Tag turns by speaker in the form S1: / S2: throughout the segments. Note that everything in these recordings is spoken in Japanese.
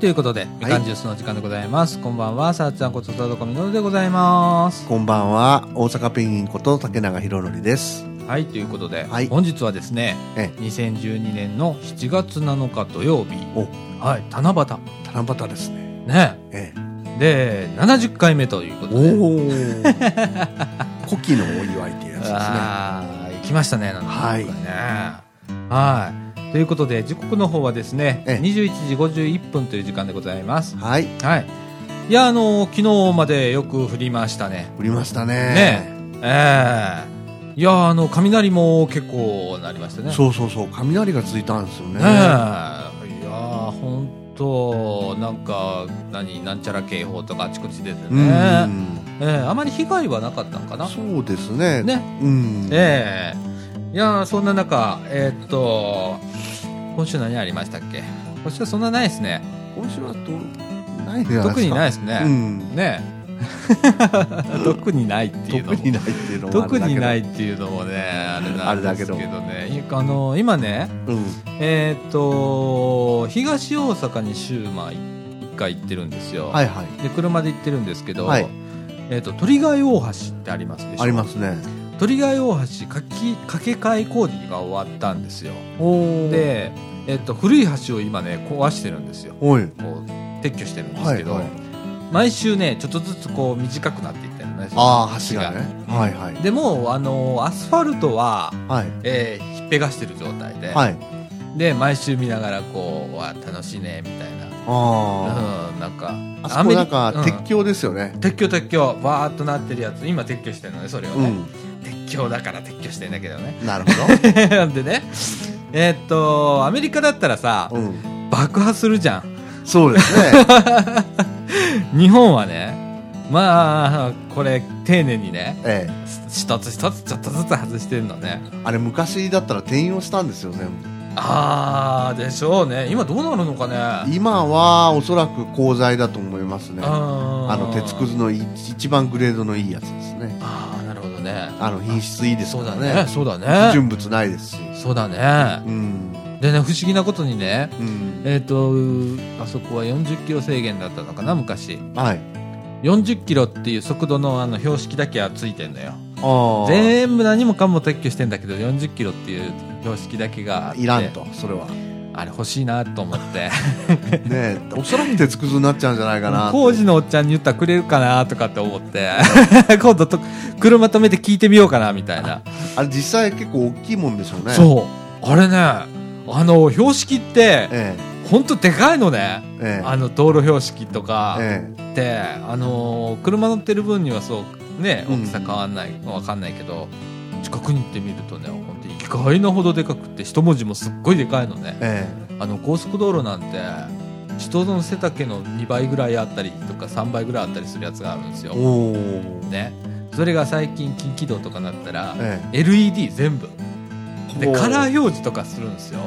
S1: ということで、みかんジュースの時間でございます。こんばんは、さあちゃんことさだこみのるでございます。
S2: こんばんは、大阪ペンギンこと竹永宏典です。
S1: はい、ということで、
S2: はい
S1: 本日はですね、
S2: え
S1: 2012年の7月7日土曜日、
S2: お、
S1: はい、七
S2: 七夕ですね。
S1: 夕。ね。
S2: え
S1: で、70回目というこ
S2: え、
S1: とで。
S2: おお。 古希のお祝いっていうやつですね。
S1: ああ、行きましたね、
S2: はい
S1: なんかね。はい。ということで、時刻の方はですね、
S2: ええ
S1: 21時51分という時間でございます。
S2: はい、
S1: はい。いや、あの昨日までよく降りましたね。
S2: 売りましたね。
S1: ねええいや、あの、雷も結構なりましたね。う
S2: そうそうそう、雷がついたんですよね。
S1: ねえ。いや、本当なんか、何、なんちゃら警報とかあちこち出て
S2: う
S1: ね。
S2: ん、
S1: ええあまり被害はなかったんかな。
S2: そうですね。
S1: ね。
S2: うん。
S1: ええいやーそんな中、えーっと、今週何ありましたっけ今週はそんなないですね。
S2: 今週はどうないじゃ
S1: 特にないで
S2: い
S1: す
S2: で
S1: ね
S2: すか。。うん。
S1: ね え特にないっていうの
S2: 特
S1: も
S2: に。ないっていうのも。
S1: 特にないいっていうのもね、あれ
S2: あ
S1: な
S2: れ
S1: ん
S2: だ
S1: で
S2: け
S1: す
S2: ど
S1: けどね。いあの、今ね、
S2: うん。
S1: えーっと、東大阪に週、まあ、い一回行ってるんですよ。
S2: はいはい。
S1: で、車で行ってるんですけど、
S2: はい
S1: えーっと、鳥貝大橋ってありますでしょ
S2: ありますね。
S1: 鳥貝大橋かき架け替え工事が終わったんですよ
S2: おお。
S1: で、えっと、古い橋を今ね壊してるんですよ
S2: おい。
S1: こう撤去してるんです
S2: は
S1: け
S2: い
S1: ど、
S2: はい。
S1: 毎週ねちょっとずつこう短くなっていったよね
S2: ああ、橋がね。はいはい。
S1: でもあのアスファルトは、
S2: はい。
S1: えーひっぺがしてる状態で、
S2: はい。
S1: で毎週見ながらこうわ楽しいねみたいな
S2: あ
S1: うん、なんか
S2: あ。あそこなんか
S1: アメリ
S2: 鉄橋ですよね。
S1: うん撤去撤去わーっとなってるやつ今撤去してるのねそれを
S2: う
S1: ね、
S2: ん。
S1: 撤去だから撤去してんだけどね
S2: なるほ
S1: なんでね、えーっと、アメリカだったらさ
S2: ど。、うん。
S1: 爆破するじゃん。
S2: そうですね。
S1: 日本はね、まあ、これ、丁寧にね、
S2: ええ。
S1: す一つ一つちょっとずつ外してるのね。
S2: あれ昔だったら転用したんですよね。
S1: あー、でしょうね。今どうなるのかね。
S2: 今はおそらく鋼材だと思いますね。あ
S1: あー
S2: の鉄くずのい一番グレードのいいやつですね。
S1: あー、なるほどね。
S2: あの品質いいです
S1: そ
S2: か
S1: う
S2: ら
S1: だ
S2: ね
S1: ね、。そうだね。
S2: 純物ないですし。
S1: そうだね
S2: う。ん。
S1: でね、不思議なことにね、
S2: うん。
S1: えーっと、あそこは40キロ制限だったのかな、昔。
S2: はい。
S1: 40キロっていう速度のあの標識だけはついてんだよ。
S2: ああ。
S1: 全部何もかも撤去してんだけど40キロっていう標識だけがあって
S2: いらんと、そ れは。ね
S1: あれ欲しいなと思って
S2: え、おそらく鉄くずになっちゃうんじゃないかな。
S1: 工事のおっちゃんに言ったらくれるかなとかって思って 今度と車止めて聞いてみようかなみたいな、
S2: あれ実際結構大きいもんでしょうね。う。
S1: そうあれねあの標識って
S2: え
S1: ほんとでかいのね
S2: え。ええ。
S1: あの道路標識とか
S2: ええ。
S1: って、あの車乗ってる分にはそうね
S2: うん
S1: 大きさ変わんない、わかんないけど近くに行ってみるとね本当に意外なほどでかくて一文字もすっごいでかいのね
S2: え
S1: あの高速道路なんて人の背丈の2倍ぐらいあったりとか3倍ぐらいあったりするやつがあるんですよ
S2: え。、おー。
S1: ね、それが最近近畿道とかなったら
S2: え
S1: LED 全部
S2: え。
S1: でカラ
S2: へ
S1: ー表示とかするんですよ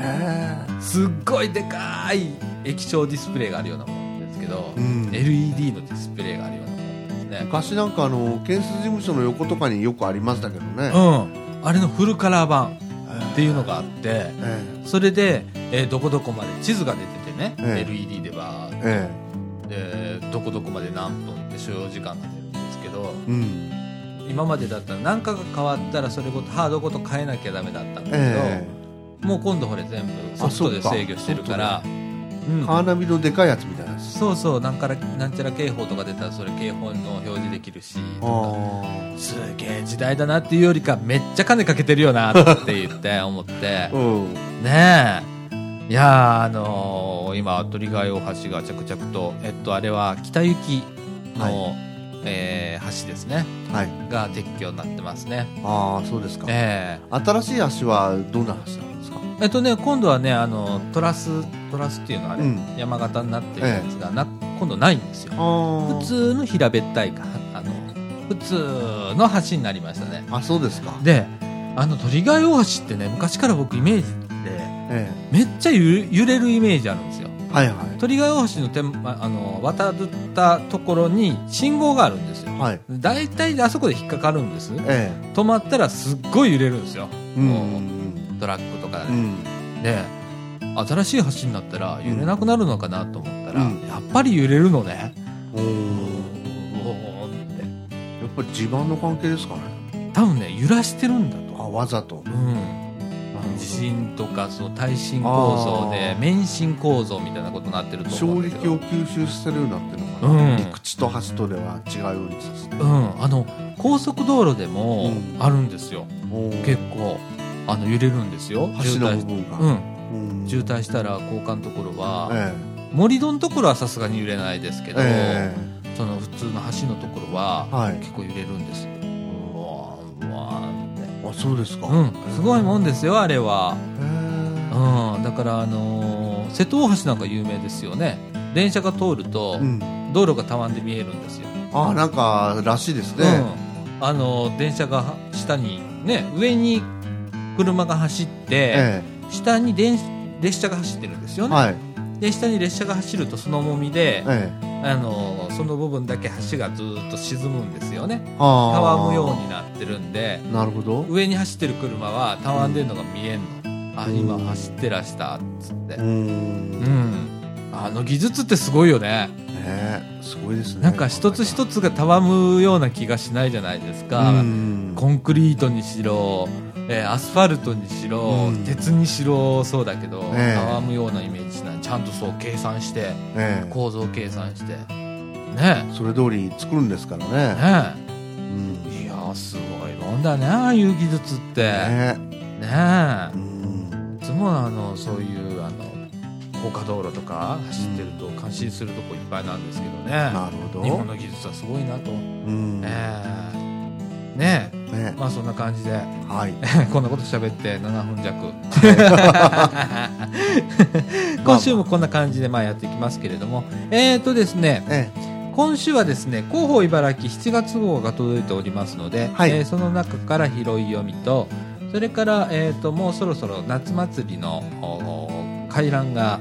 S2: え。
S1: すっごいでかい液晶ディスプレイがあるようなもんですけど、
S2: うん。
S1: LED のディスプレイがあるようなもんですね
S2: 昔なんかあの建設事務所の横とかによくありましたけどね、
S1: うんあれのフルカラー版
S2: っ
S1: っていうのがあって
S2: え
S1: それで、えーどこどこまで地図が出ててね、
S2: ええ
S1: LED でバーって
S2: ええ
S1: でどこどこまで何分って所要時間が出るんですけど
S2: えうん
S1: 今までだったら何かが変わったらそれごとハードごと変えなきゃダメだったんだけど、
S2: え
S1: もう今度ほれ全部ソフトで制御してるから
S2: あ
S1: う
S2: え
S1: ん
S2: カーナビのでかいやつみたいなやつ
S1: そうそうなんからなんちゃら警報とか出たらそれ警報の表示できるしと
S2: あ
S1: かすげえ時代だなっていうよりかめっちゃ金かけてるよなって言って 思って
S2: あうん
S1: ねえいやーあのー今鳥貝大橋が着々とえっとあれは北行きの、えー橋ですね
S2: はい
S1: が撤去になってますね。
S2: ああそうですか、
S1: ええ
S2: 新しい橋はどんな橋なんですか
S1: えっとね、今度はね、あの、トラス、トラスっていうのはあれ、
S2: うん
S1: 山形になってるんですが、な、今度ないんですよ。
S2: あ
S1: 普通の平べったいか、あの、普通の橋になりましたね。
S2: あそうですか
S1: で、あの、鳥貝大橋ってね、昔から僕イメージで、
S2: え
S1: めっちゃゆ揺れるイメージあるんですよ。
S2: えはいはい
S1: 鳥貝大橋の手ま、あの、渡ったところに信号があるんですよ。
S2: はい
S1: だいたいあそこで引っかかるんです。
S2: え
S1: 止まったらすっごい揺れるんですよ。
S2: えうん
S1: トラックとか
S2: う
S1: で。
S2: ん
S1: で新しい橋になったら揺れなくなるのかなと思ったら、
S2: うん
S1: やっぱり揺れるのね。
S2: おー
S1: おーって
S2: やっぱり地盤の関係ですかね
S1: 多分ね揺らしてるんだ
S2: あ
S1: と。
S2: わざと
S1: うん、地震とかそう耐震構造で
S2: あー
S1: 免震構造みたいなことになってると思う
S2: 衝
S1: んだけ
S2: 撃
S1: ど
S2: を。吸収させるようになってるのかな、
S1: うん
S2: 陸地と橋とでは違うようにさせて、
S1: うん、あの高速道路でも
S2: うん
S1: あるんですよ、
S2: おー
S1: 結構あの揺れるんですよ
S2: 橋の部
S1: 渋滞
S2: 分が、
S1: うん、
S2: うん
S1: 渋滞したら高架のところは、
S2: え
S1: 盛り土のところはさすがに揺れないですけ
S2: え
S1: ど、
S2: え
S1: その普通の橋のところ
S2: え
S1: は
S2: はい
S1: 結構揺れるんですようわーうわーって
S2: あそうですか、
S1: うん、すごいもん
S2: で、
S1: ですよあれは、
S2: ええ
S1: うん、だから、あのー瀬戸大橋なんか有名ですよね電車が通ると
S2: うん、
S1: 道路がたわんで見えるんですよ、
S2: あなんからしいですね、
S1: うん、あの電車が下にね上に車が走って、
S2: え
S1: 下に電列車が走ってるんですよ
S2: え
S1: ね、
S2: はい
S1: で下に列車が走るとその重みで、
S2: ええ
S1: あのその部分だけ橋がずーっと沈むんですよねた
S2: ああ
S1: わむようになってるんで
S2: なるほど
S1: 上に走ってる車はたわんでるのが見えんの、あ
S2: うん
S1: 今走ってらしたっつって
S2: う、ん
S1: うんあの技術ってすごいよね
S2: ねすごいですね
S1: なんか一つ
S2: つ
S1: 一つがたわむような気がしないじゃないですか、
S2: うん
S1: コンクリートにしろ、えーアスファルトにしろ、
S2: うん
S1: 鉄にしろそうだけど、
S2: ええ
S1: たわむようなイメージしないちゃんとそう計算して
S2: ええ
S1: 構造計算してね
S2: それ通り作るんですから
S1: え
S2: ね
S1: ね
S2: うん
S1: えいやーすごいもんだねああいう技術ってね
S2: ね
S1: え
S2: うん
S1: いつもあのそういうあの高架道路とか走ってると感心するとこいっぱいなんですけどね
S2: なるほど
S1: 日本の技術はすごいなと、
S2: うん
S1: え
S2: ね
S1: えねえまあそんな感じで
S2: はい
S1: こんなこと喋って7分 弱。今週もこんな感じでまあやっていきますけれども、えっ、とですね、
S2: え
S1: 今週はですね、広報茨城7月号が届いておりますので、
S2: はい
S1: えーその中から拾い読みと、それから、えっ、と、もうそろそろ夏祭りのお回覧が、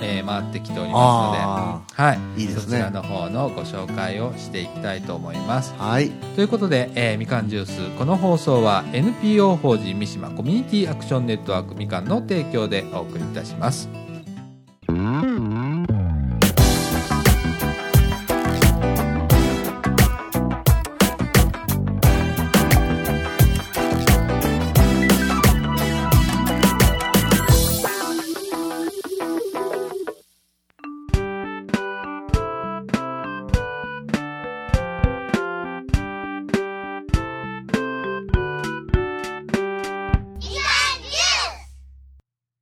S1: えー回ってきておりま
S2: あ
S1: すので、はい。
S2: あいいで
S1: そ
S2: す
S1: ちら
S2: ね
S1: の方のご紹介をしていきたいと思います。
S2: はい
S1: ということで、えーみかんジュースこの放送は NPO 法人三島コミュニティアクションネットワークみかんの提供でお送りいたします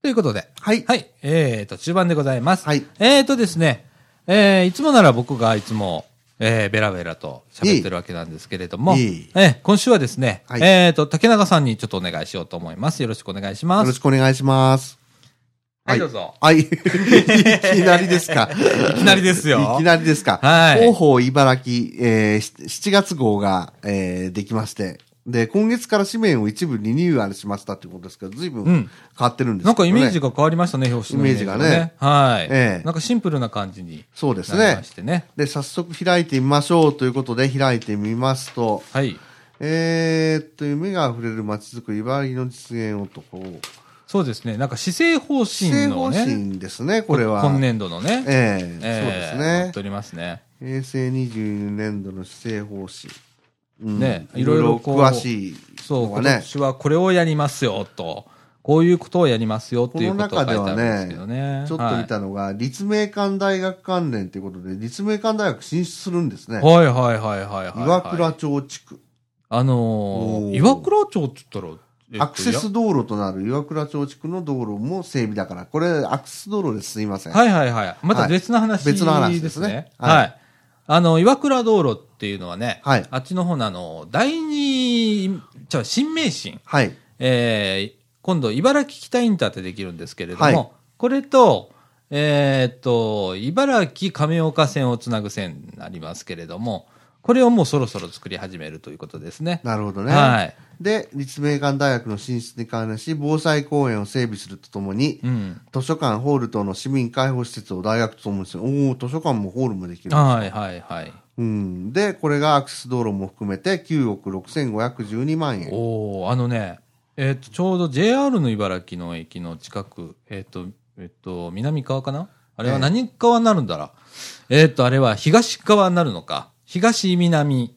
S1: ということで
S2: はい
S1: はいえーと中盤でございます、
S2: はい
S1: えーとですね、えーいつもなら僕がいつもえー、ベラベラと喋ってるわけなんですけれども、
S2: いいいい
S1: えー今週はですね、
S2: はい
S1: えーと、竹中さんにちょっとお願いしようと思います。よろしくお願いしま
S2: よろ
S1: す。
S2: しくお願いします
S1: はい、どうぞ。
S2: はい いきなりですか
S1: いきなりですよ。
S2: いきなりですか。
S1: はい
S2: 広報茨城、えー、し7月号が、えーできまして。で、今月から紙面を一部リニューアルしましたってことですけど、随分
S1: うん
S2: 変わってるんですけど、ね
S1: なんかイメージが変わりましたね、表紙の
S2: イメージがね
S1: はい、
S2: ええ
S1: なんかシンプルな感じに
S2: そうです
S1: なりま
S2: ね
S1: し。てね。
S2: で、早速開いてみましょうということで、開いてみますと、
S1: はい。
S2: えーっと、夢が溢れる街づくり、茨城の実現をと、こう、
S1: そうですね。なんか施政方針
S2: 正
S1: の
S2: 方
S1: ね、
S2: 針ですね、これは。
S1: 今年度のね、
S2: ええ
S1: え
S2: そう
S1: や
S2: で
S1: って
S2: す
S1: お
S2: ね。
S1: りますね。
S2: 平成22年度の施政方針。うん
S1: ね
S2: いろい
S1: い
S2: ろ
S1: ろいろこう
S2: 詳しい
S1: そう、
S2: のが
S1: 今
S2: ね。
S1: 年はこれをやりますよと、こういうことをやりますよって
S2: こ
S1: い
S2: の
S1: うことが
S2: 中
S1: 書
S2: で
S1: いてあ
S2: は
S1: るんですけどね。
S2: ね、ちょっと見たのが、立命館大学関連ということで、立命館大学進出するんですね。
S1: はい、はいはいはいはいはい。
S2: 岩倉町地区。
S1: あの
S2: お
S1: ー、
S2: ー
S1: 岩倉町って言ったら、えっと
S2: アクセス道路となる岩倉町地区の道路も整備だから、これ、アクセス道路ですすいません。
S1: はいはいはい。また別の話です
S2: 別
S1: ね。
S2: の話ですね
S1: はい。
S2: はい
S1: あの、岩倉道路っていうのはね、
S2: はい
S1: あっちの方のあの、第二、じゃあ新名神、
S2: はい。
S1: えー今度茨城北インターってできるんですけれども、
S2: はい
S1: これと、えーっと、茨城亀岡線をつなぐ線になりますけれども、これをもうそろそろ作り始めるということですね。
S2: なるほどね。
S1: はい
S2: で、立命館大学の進出に関連し、防災公園を整備するとともに、
S1: うん。
S2: 図書館、ホール等の市民開放施設を大学とともにする。おお図書館もホールもできる。
S1: はいはいはい。
S2: うん。で、これがアクセス道路も含めて9億6512万円。
S1: おおあのね、えーっと、ちょうど JR の茨城の駅の近く、えーっと、えっと、南側かなあれは何側になるんだら、えっと、あれは東側になるのか。東南。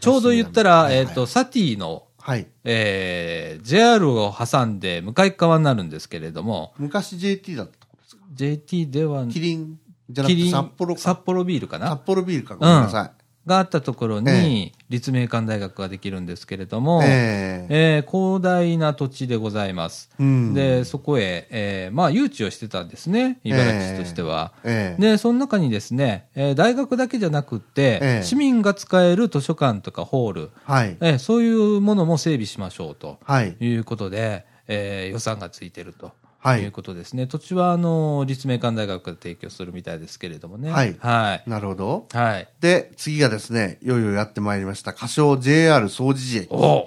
S1: ちょうど言ったら、
S2: はいはい
S1: えっと、サティの、
S2: はい。
S1: えー、JR を挟んで向かい側になるんですけれども、
S2: 昔 JT だったことですか
S1: JT では、
S2: キリンじゃなく
S1: キ
S2: て
S1: リン
S2: 札幌か。
S1: 札幌ビールかな
S2: 札幌ビールか。ごめんなさ
S1: があったところに、
S2: え
S1: 立命館大学ができるんですけれども、
S2: い。
S1: え
S2: え
S1: ー
S2: え。
S1: 広大な土地でございます。
S2: うん
S1: で、そこへ、えーまあ、誘致をしてたんですね、茨城市としては。
S2: ええ。
S1: で、その中にですね、えー大学だけじゃなくって、
S2: ええ
S1: 市民が使える図書館とかホール、
S2: はい。
S1: えーそういうものも整備しましょうと
S2: はい。
S1: いうことで、えー予算がついてると。
S2: はい
S1: いうことですね。土地は、あの、立命館大学が提供するみたいですけれどもね。
S2: はい
S1: はい。
S2: なるほど。
S1: はい。
S2: で、次がですね、いよいよやってまいりました。仮称 JR 総除駅。
S1: おう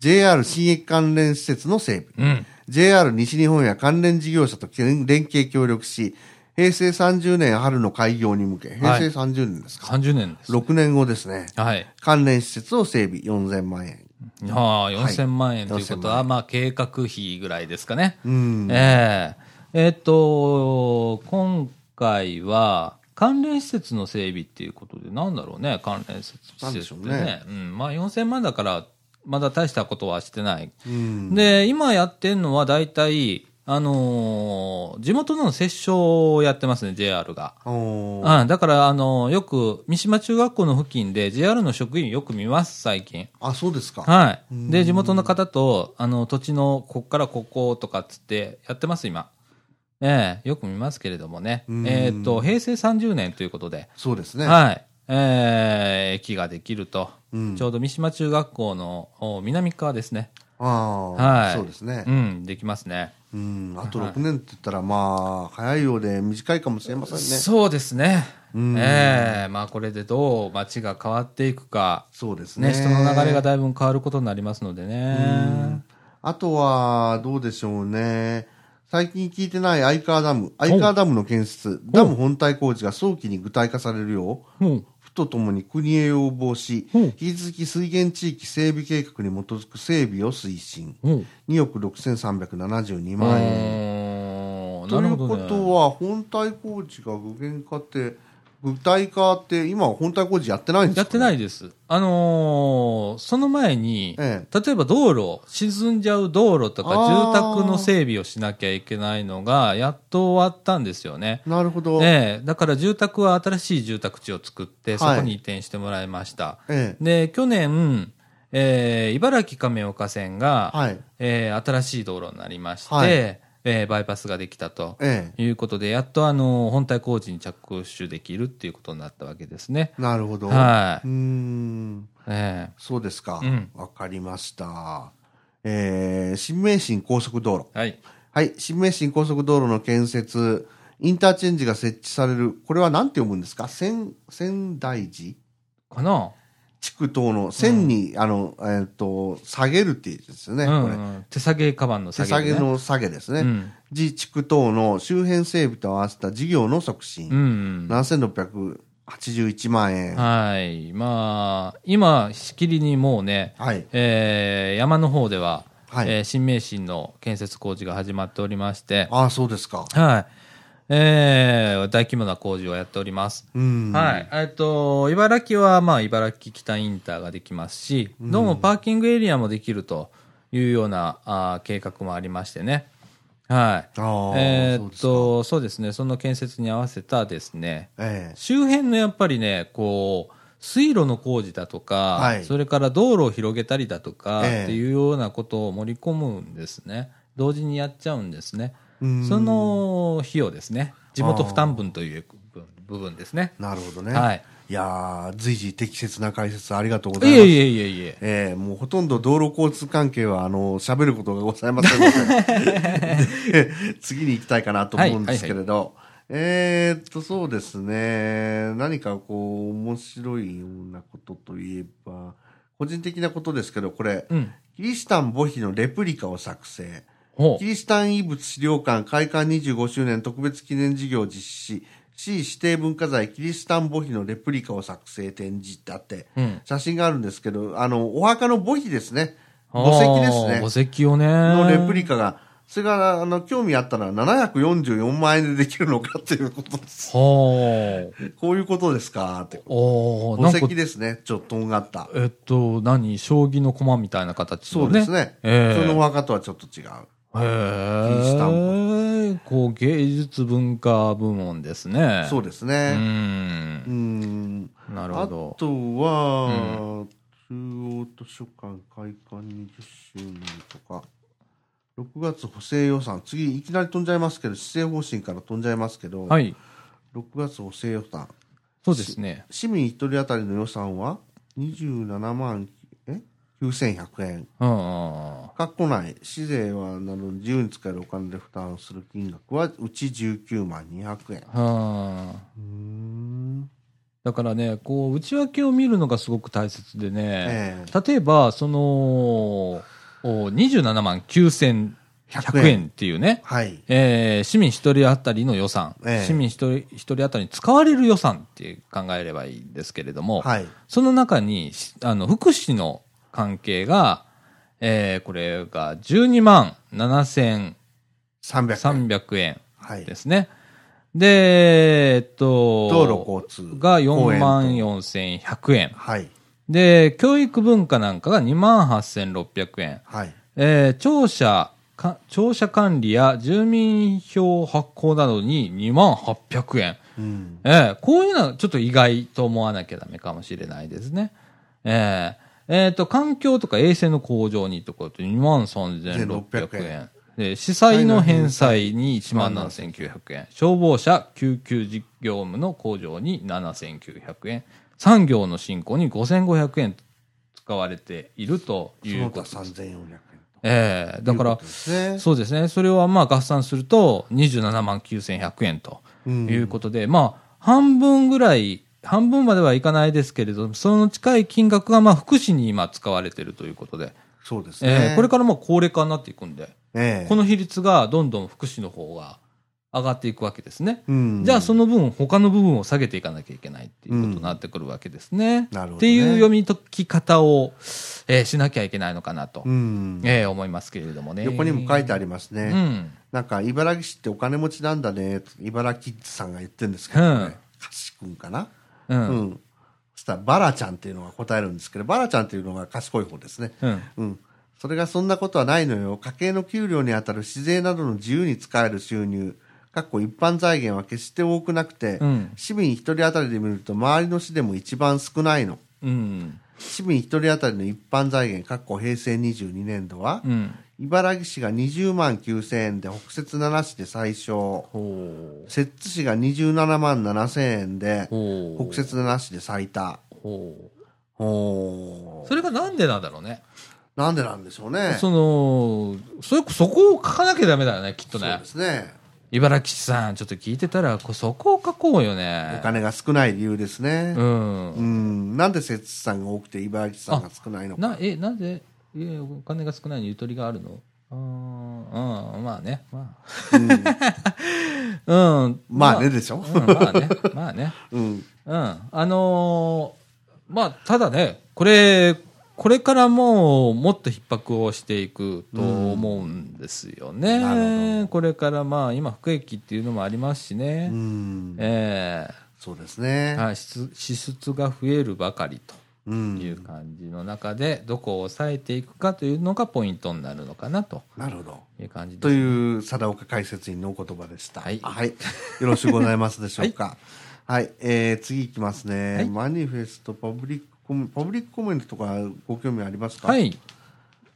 S2: JR 新駅関連施設の整備。
S1: うん。
S2: JR 西日本や関連事業者と連携協力し、平成30年春の開業に向け、平
S1: はい
S2: 成30年ですか、
S1: 30年です。
S2: ?6 年後ですね。
S1: はい。
S2: 関連施設を整備4000万円。
S1: ああ、4000万円ということ
S2: 4000万
S1: は、まあ、計画費ぐらいですかね。
S2: うん。
S1: えええーっと、今回は、関連施設の整備っていうことで、なんだろうね、関連施設
S2: なん
S1: 施
S2: でし
S1: 設
S2: ょ
S1: っ
S2: う
S1: て
S2: ね
S1: ね。うん。まあ、4000万だから、まだ大したことはしてない。
S2: うん。
S1: で、今やってんのは、大体、あのー地元の接衝をやってますね、JR が。
S2: おー
S1: うん、だから、あのよく、三島中学校の付近で JR の職員よく見ます、最近。
S2: あ、そうですか。
S1: はい。で、地元の方と、あの、土地の、こっからこことかっつって、やってます、今。ええよく見ますけれどもね。
S2: ん
S1: えっ、と、平成30年ということで、
S2: そうですね。
S1: はい。ええ駅ができると、
S2: うん
S1: ちょうど三島中学校のお南側ですね。
S2: ああ、
S1: はい。
S2: そうですね
S1: う。ん、できますね。
S2: うん。あと6年って言ったら、まあ、早いようで短いかもしれませんね。
S1: そうですね。
S2: ん
S1: ええまあ、これでどう街が変わっていくか、
S2: そうですね。
S1: ね、人の流れがだいぶ変わることになりますのでね。
S2: あとは、どうでしょうね。最近聞いてない相川ダム。相川ダムの建設、ダム本体工事が早期に具体化されるよう、
S1: うん。
S2: 府とともに国へ要望し、
S1: うん
S2: 引き続き水源地域整備計画に基づく整備を推進。
S1: うん。
S2: 2億6372
S1: う
S2: 万円。
S1: ーん
S2: と
S1: ないる
S2: う
S1: ほど
S2: こ
S1: ね
S2: とは、本体工事が具現化って、具体化って、今は本体工事やってないんですか、。
S1: やってないいです。あのーその前に、
S2: え
S1: 例えば道路、沈んじゃう道路とか
S2: あ
S1: 住
S2: ー
S1: 宅の整備をしなきゃいけないのが、やっと終わったんですよね。
S2: なるほど。
S1: ええだから住宅は新しい住宅地を作って、そ
S2: はい
S1: こに移転してもらいました。
S2: ええ
S1: で、去年、えー茨城亀岡線が、
S2: はい。
S1: えー新しい道路になりまして、
S2: はい
S1: えーバイパスができたと。
S2: え
S1: いうことで、やっとあの、本体工事に着手できるっていうことになったわけですね。
S2: え。なるほど。
S1: はいう
S2: ーん。
S1: え
S2: そうですか。わ、
S1: うん
S2: かりました。えー、新名神高速道路。
S1: えはい。
S2: はい。新名神高速道路の建設、インターチェンジが設置される。これは何て読むんですか仙、仙台寺
S1: かな、
S2: 地区等の仙に、あの、えっ、と、下げるっていう字ですよね。
S1: う
S2: これ
S1: んうん、手提げカバンの
S2: 手
S1: 下げ、ね。
S2: 下げの下げですね。
S1: うん
S2: 自地区等の周辺整備と合わせた事業の促
S1: う
S2: 進、
S1: ん。
S2: 7681万円。は
S1: はい。まあ、今、しきりにもうね、
S2: い。
S1: えー山の方では、
S2: はい
S1: えー新名神の建設工事が始まっておりまして、
S2: ああ、そうですか。
S1: はい。えー大規模な工事をやっております。
S2: うん。
S1: はい。えっと、茨城は、まあ、茨城北インターができますし、どうもパーキングエリアもできるというようなあー計画もありましてね。はい。
S2: ああ、
S1: え
S2: そ
S1: ー
S2: うで
S1: っ
S2: すか。
S1: と、そうですね。その建設に合わせたですね、
S2: ええ
S1: 周辺のやっぱりね、こう、水路の工事だとか、
S2: はい
S1: それから道路を広げたりだとか、
S2: ええ
S1: っていうようなことを盛り込むんですね。同時にやっちゃうんですね。
S2: うん
S1: その費用ですね。地元負担分という部分部分ですね。
S2: なるほどね。
S1: はい。
S2: いやー、随時適切な解説ありがとうござい
S1: い
S2: ます。
S1: えいえいえいえ。
S2: ええもうほとんど道路交通関係は、あの、喋ることがございませんの でで、次に行きたいかなと思うんですけれど、えーっと、そうですね、何かこう、面白いようなことといえば、個人的なことですけど、これ、
S1: うん。
S2: キリシタン墓碑のレプリカを作成、
S1: ほ
S2: キリシタン遺物資料館開館25周年特別記念事業実施、市指定文化財キリシタン墓碑のレプリカを作成展示ってあって、
S1: う。うん。
S2: 写真があるんですけど、あの、お墓の墓碑ですね。
S1: あー
S2: 墓石ですね。
S1: 墓石をね。
S2: のレプリカがそれから、あの、興味あったのは744万円でできるのかっていうこと です。
S1: はあ。
S2: こういうことですかって。
S1: おー
S2: 墓
S1: なんか
S2: 石、ですね。ちょっととんがった。
S1: えっと、何将棋の駒みたいな形
S2: そ
S1: の
S2: うで
S1: ね。
S2: すね。
S1: ええ
S2: そのお墓とはちょっと違う。
S1: へ
S2: スタ
S1: え。こう、芸術文化部門ですね。
S2: そうです
S1: う
S2: ね。
S1: ん
S2: う。ん。
S1: なる
S2: あ
S1: ほ
S2: と
S1: ど。
S2: は、中央図書館開館20周年とか、6月補正予算、次いきなり飛んじゃいますけど、施政方針から飛んじゃいますけど、
S1: はい。
S2: 6月補正予算、
S1: そうですね。
S2: 市民一人当たりの予算は27万え9100円。
S1: うんうんうん。
S2: 括弧内、市税はなど自由に使えるお金で負担する金額はうち19万200円。
S1: はあ。
S2: うーん。
S1: だからね、こう、内訳を見るのがすごく大切でね。
S2: ええ
S1: 例えば、その、お27万9100円っていうね。
S2: はい。
S1: えー市民一人当たりの予算、
S2: ええ
S1: 市民一人一人当たりに使われる予算って考えればいいんですけれども、
S2: はい。
S1: その中にしあの福祉の関係が、えーこれが12万7300
S2: 300円。
S1: 円
S2: はい。
S1: ですね。で、えっと、
S2: 道路交通。
S1: が4万
S2: 公園と。
S1: 4100円。
S2: はい。
S1: で、教育文化なんかが2万8600円。
S2: はい。
S1: えー庁舎か、庁舎管理や住民票発行などに2万800円。
S2: うん。
S1: えーこういうのはちょっと意外と思わなきゃダメかもしれないですね。えーえーと、環境とか衛生の向上にとかと2万3600
S2: 1600
S1: 円。で、司祭の返済に1万7900円。消防車、救急事業務の向上に7900円。産業の振興に5500円使われていると
S2: そ
S1: いう
S2: の
S1: こ
S2: 他
S1: とです。
S2: 3400円と。
S1: ええだか
S2: いう
S1: ら
S2: こと、ですね。
S1: そうですね、それをまあ合算すると、27万9100円と
S2: うん
S1: いうことで、まあ、半分ぐらい、半分まではいかないですけれども、その近い金額がまあ福祉に今使われているということで、
S2: そうです
S1: え
S2: ね。
S1: えこれからまあ高齢化になっていくんで、
S2: ええ
S1: この比率がどんどん福祉の方が上がっていくわけですね。
S2: うん
S1: じゃあその分、他の部分を下げていかなきゃいけないっていうことになってくるわけですね。
S2: なるほどね
S1: っていう読み解き方を、えーしなきゃいけないのかなと、
S2: うん
S1: えー思いますけれどもね。
S2: 横にも書いてあります
S1: う
S2: ね。
S1: ん。
S2: なんか、茨城市ってお金持ちなんだね、茨城キッズさんが言ってるんですけど
S1: うん
S2: ね。かしくんかな
S1: う。
S2: うんん。そしたら、バラちゃんっていうのが答えるんですけど、バラちゃんっていうのが賢い方ですね。
S1: うん。
S2: うん。それがそんなことはないのよ。家計の給料にあたる市税などの自由に使える収入、かっこ一般財源は決して多くなくて、
S1: うん
S2: 市民一人当たりで見ると周りの市でも一番少ないの。
S1: うん。
S2: 市民一人当たりの一般財源、かっこ平成22年度は、
S1: うん。
S2: 茨城市が20万9000円で、北摂7市で最小、
S1: ほう。
S2: 摂津市が27万7000円で、
S1: ほう。
S2: 北摂7市で最多。
S1: ほう。
S2: ほ
S1: それがなんでなんだろうね。
S2: う。なんでなんでしょうね。
S1: その、それ、そこを書かなきゃダメだよね、きっと
S2: そう
S1: ね
S2: で。すね。
S1: 茨城市さん、ちょっと聞いてたら、こそこを書こうよね
S2: お。金が少ない理由ですね。
S1: う。
S2: うんん、なんで摂津さんが多くて茨城さんが少ないのか。
S1: な、え、なぜ、え、お金が少ないのにゆとりがあるのあーうん、まあね。まあ。 うん。
S2: まあねでしょ。
S1: うんまあね。まあね。
S2: うん、
S1: うん。あのーまあ、ただね、これ、これからもう、もっと逼迫をしていくと思うんですよね。
S2: うんなるほど
S1: これからまあ、今、服役っていうのもありますし
S2: う
S1: ね。
S2: ん、
S1: え
S2: そうです
S1: え
S2: ね。
S1: はい支出支出が増えるばかりと
S2: う、
S1: いうん感じの中で、どこを抑えていくかというのがポイントになるのかなと
S2: なるほど。
S1: いう感じ
S2: と
S1: です。
S2: いう貞岡解説員のお言葉でした。
S1: はい
S2: よろしゅうございますでしょうか。はい、えー次いきますね。
S1: はい
S2: マニフェスト、パブリックコメ、パブリックコメントとかご興味ありますか。
S1: はい。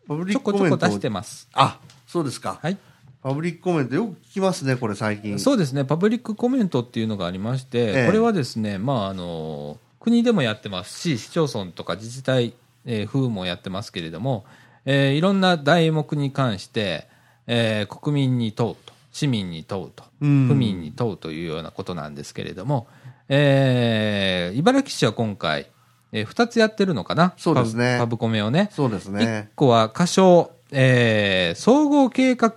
S2: パブリ
S1: ち
S2: ッ
S1: ょ
S2: クコ
S1: こ
S2: メ
S1: ちょ
S2: ント
S1: こ出
S2: を。
S1: してます。
S2: あ、そうですか。
S1: はい。
S2: パブリックコメントよく聞きますね、これ最近。
S1: そうですね、パブリックコメントっていうのがありまして、
S2: ええ
S1: これはですね、まああの、国でもやってますし、市町村とか自治体、えー府もやってますけれども、えーいろんな題目に関して、えー国民に問うと、市民に問うと、
S2: う
S1: 府
S2: ん
S1: 民に問うというようなことなんですけれども、えー茨城市は今回、え2つやってるのかな、
S2: そうですね
S1: パブパブコメをね。
S2: そうですね。
S1: 1個は仮称、えー総合計画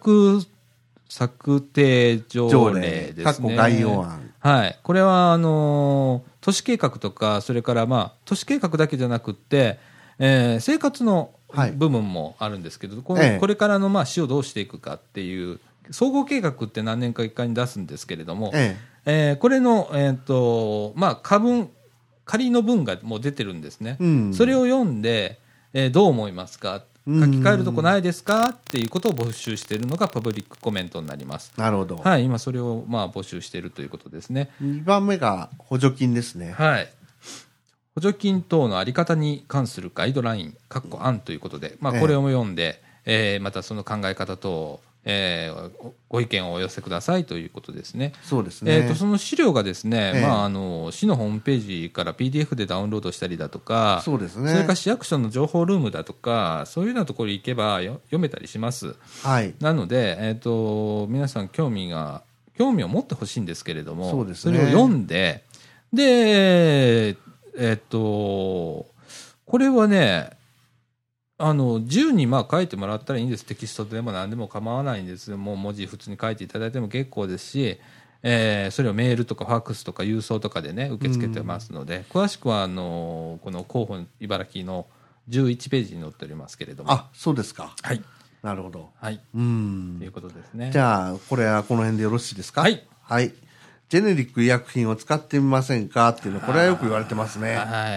S1: 策定条
S2: 条
S1: 例
S2: 例
S1: で
S2: かっ
S1: す
S2: こ
S1: ね。
S2: 概要案。
S1: はい。これは、あのー都市計画とか、それからまあ、都市計画だけじゃなくって、えー生活の
S2: はい
S1: 部分もあるんですけど、この
S2: ええ
S1: これからのまあ市をどうしていくかっていう、総合計画って何年か一回に出すんですけれども、
S2: え
S1: えーこれの、えーとまあ、過分仮の文がもう出てるんですね、
S2: うん
S1: それを読んで、えーどう思いますか書き
S2: うん
S1: 換えるとこないですかっていうことを募集しているのがパブリックコメントになります。
S2: えなるほど。
S1: はい、今それをまあ募集しているということですね。
S2: 2番目が補助金ですね。
S1: はい。補助金等のあり方に関するガイドライン、括弧案ということで、まあ、
S2: ええ
S1: これを読んで、えーまたその考え方等を、えーおご意見をお寄せくださいということですね。
S2: そうです
S1: え
S2: ね。
S1: ー、とその資料がですね、
S2: ええ
S1: まあ、あの市のホームページから PDF でダウンロードしたりだとか、
S2: そうですね
S1: それから市役所の情報ルームだとか、そういうようなところに行けばよ読めたりします。
S2: はい。
S1: なので、えー、と皆さん興味が、興味を持ってほしいんですけれども、
S2: そうですね
S1: れを読んで、で、えっ、と、これはね、あの自由にまあ書いてもらったらいいんです、テキストでも何でも構わないんです、もう文字、普通に書いていただいても結構ですし、えーそれをメールとかファックスとか郵送とかでね、受け付けてますので、詳しくはあのこの広報茨城の11ページに載っておりますけれども。
S2: あ、そうですか。
S1: はい、
S2: なるほど。
S1: はい、
S2: うん
S1: という。ことですね。
S2: じゃあ、これはこの辺でよろしいですか
S1: はい。
S2: はい。ジェネリック医薬品を使ってみませんかっていうの、これはよく言われてますね。
S1: は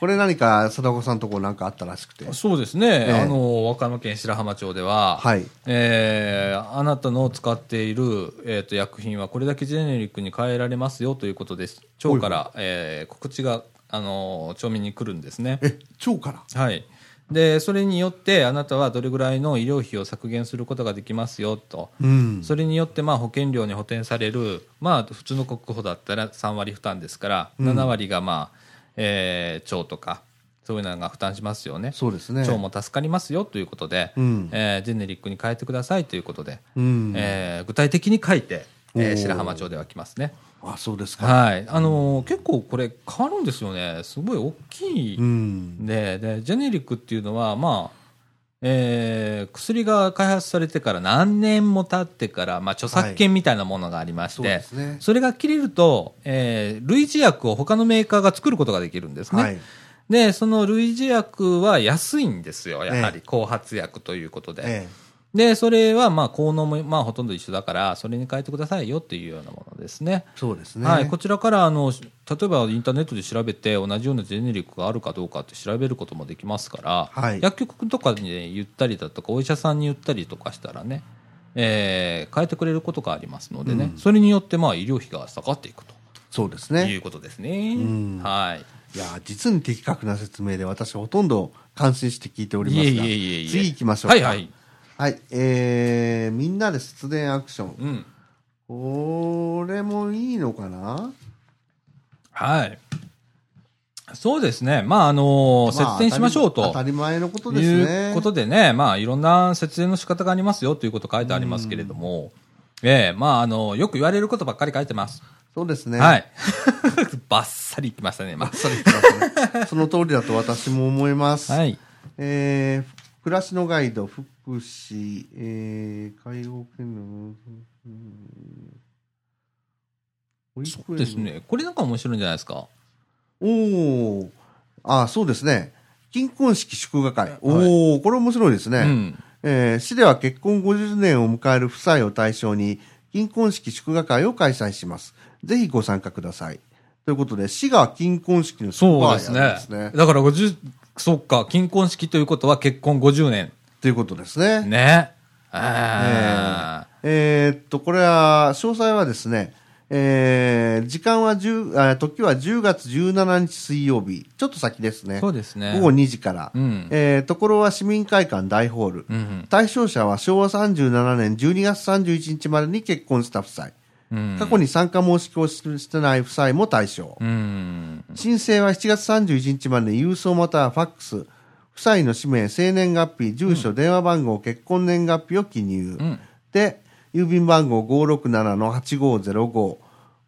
S2: これ何か、貞子さんとこなんかあったらしくて
S1: い、。そうですね、
S2: ええ
S1: あの和歌山県白浜町では、
S2: はい
S1: えーあなたの使っている、えー、と薬品はこれだけジェネリックに変えられますよということです町から、えー告知が、あの町民に来るんですね。
S2: え、腸から
S1: はい、でそれによってあなたはどれぐらいの医療費を削減することができますよと。
S2: うん。
S1: それによってまあ保険料に補填される、まあ、普通の国保だったら3割負担ですから、7割が、まあえー町とかそういうのが負担しますよね
S2: そうですね。
S1: 町も助かりますよということで、
S2: うん
S1: えージェネリックに変えてくださいということで、
S2: うん。
S1: えー具体的に書いて、えー
S2: おー
S1: 白浜町では来ますね。
S2: あ、そうですか。
S1: はいあのー結構これ変わるんですよねすごい大きい
S2: うん。
S1: ででジェネリックっていうのは、まあえー薬が開発されてから何年も経ってから、まあ、著作権みたいなものがありまして、
S2: はいそうですね
S1: それが切れると、えー類似薬を他のメーカーが作ることができるんですね。
S2: はい。
S1: でその類似薬は安いんですよ、やはり
S2: ええ
S1: 後発薬ということで、
S2: ええ。
S1: でそれはまあ効能も、まあ、ほとんど一緒だから、それに変えてくださいよっていうようなものですね。
S2: そうですね。
S1: はい、こちらからあのし例えばインターネットで調べて同じようなジェネリックがあるかどうかって調べることもできますから、
S2: はい
S1: 薬局とかに、ね、言ったりだとかお医者さんに言ったりとかしたらね、えー変えてくれることがありますのでね、それによってまあ医療費が下がっていく
S2: そうです
S1: と
S2: ね。
S1: いうことですね。
S2: ん
S1: はい
S2: いやー実に的確な説明で私ほとんど感心して聞いておりますが
S1: いえいえいえいえ
S2: 次行きましょうか
S1: はいはい、
S2: はいえー、みんなで節電アクション
S1: うん
S2: これもいいのかな
S1: はい、そうですね、まああの
S2: まあ
S1: 節電しましょうと。
S2: 当たり前のこ
S1: と
S2: とですね
S1: いうことでね、まあ、いろんな節電の仕方がありますよということ書いてありますけれども、ええまあ、あの、よく言われることばっかり書いてます。
S2: そうですね
S1: はい。 バッサリいきましたね、今。
S2: さっき言ってますねその通りだと私も思います、
S1: はい。
S2: えー暮らしのガイド福祉、えー、介護犬のうん保育園
S1: そうですね。これなんか面白いんじゃないですか。
S2: おお、あそうですね。金婚式祝賀会。おお、これ面白いですね。
S1: うん。
S2: えー市では結婚50年を迎える夫妻を対象に、金婚式祝賀会を開催します。ぜひご参加ください。ということで、市が金婚式の祝
S1: そう
S2: 賀
S1: で
S2: 会
S1: す
S2: を
S1: ね。
S2: やるんですね。
S1: だから50、そっか、金婚式ということは結婚50年。
S2: ということですね。
S1: ね。あ
S2: えーっと、これは、詳細はですね、えー時間は10、あ時は10月17日水曜日、ちょっと先ですね。
S1: そうですね
S2: 午後2時から。
S1: うん
S2: えーところは市民会館大ホール。
S1: うん
S2: 対象者は昭和37年12月31日までに結婚した夫妻。
S1: うん
S2: 過去に参加申し込みをしてない夫妻も対象。
S1: ーうん。
S2: 申請は7月31日までに郵送またはファックス、夫妻の氏名、生年月日、住所、電話番号、結婚年月日を記入。で、郵便番号567-8505、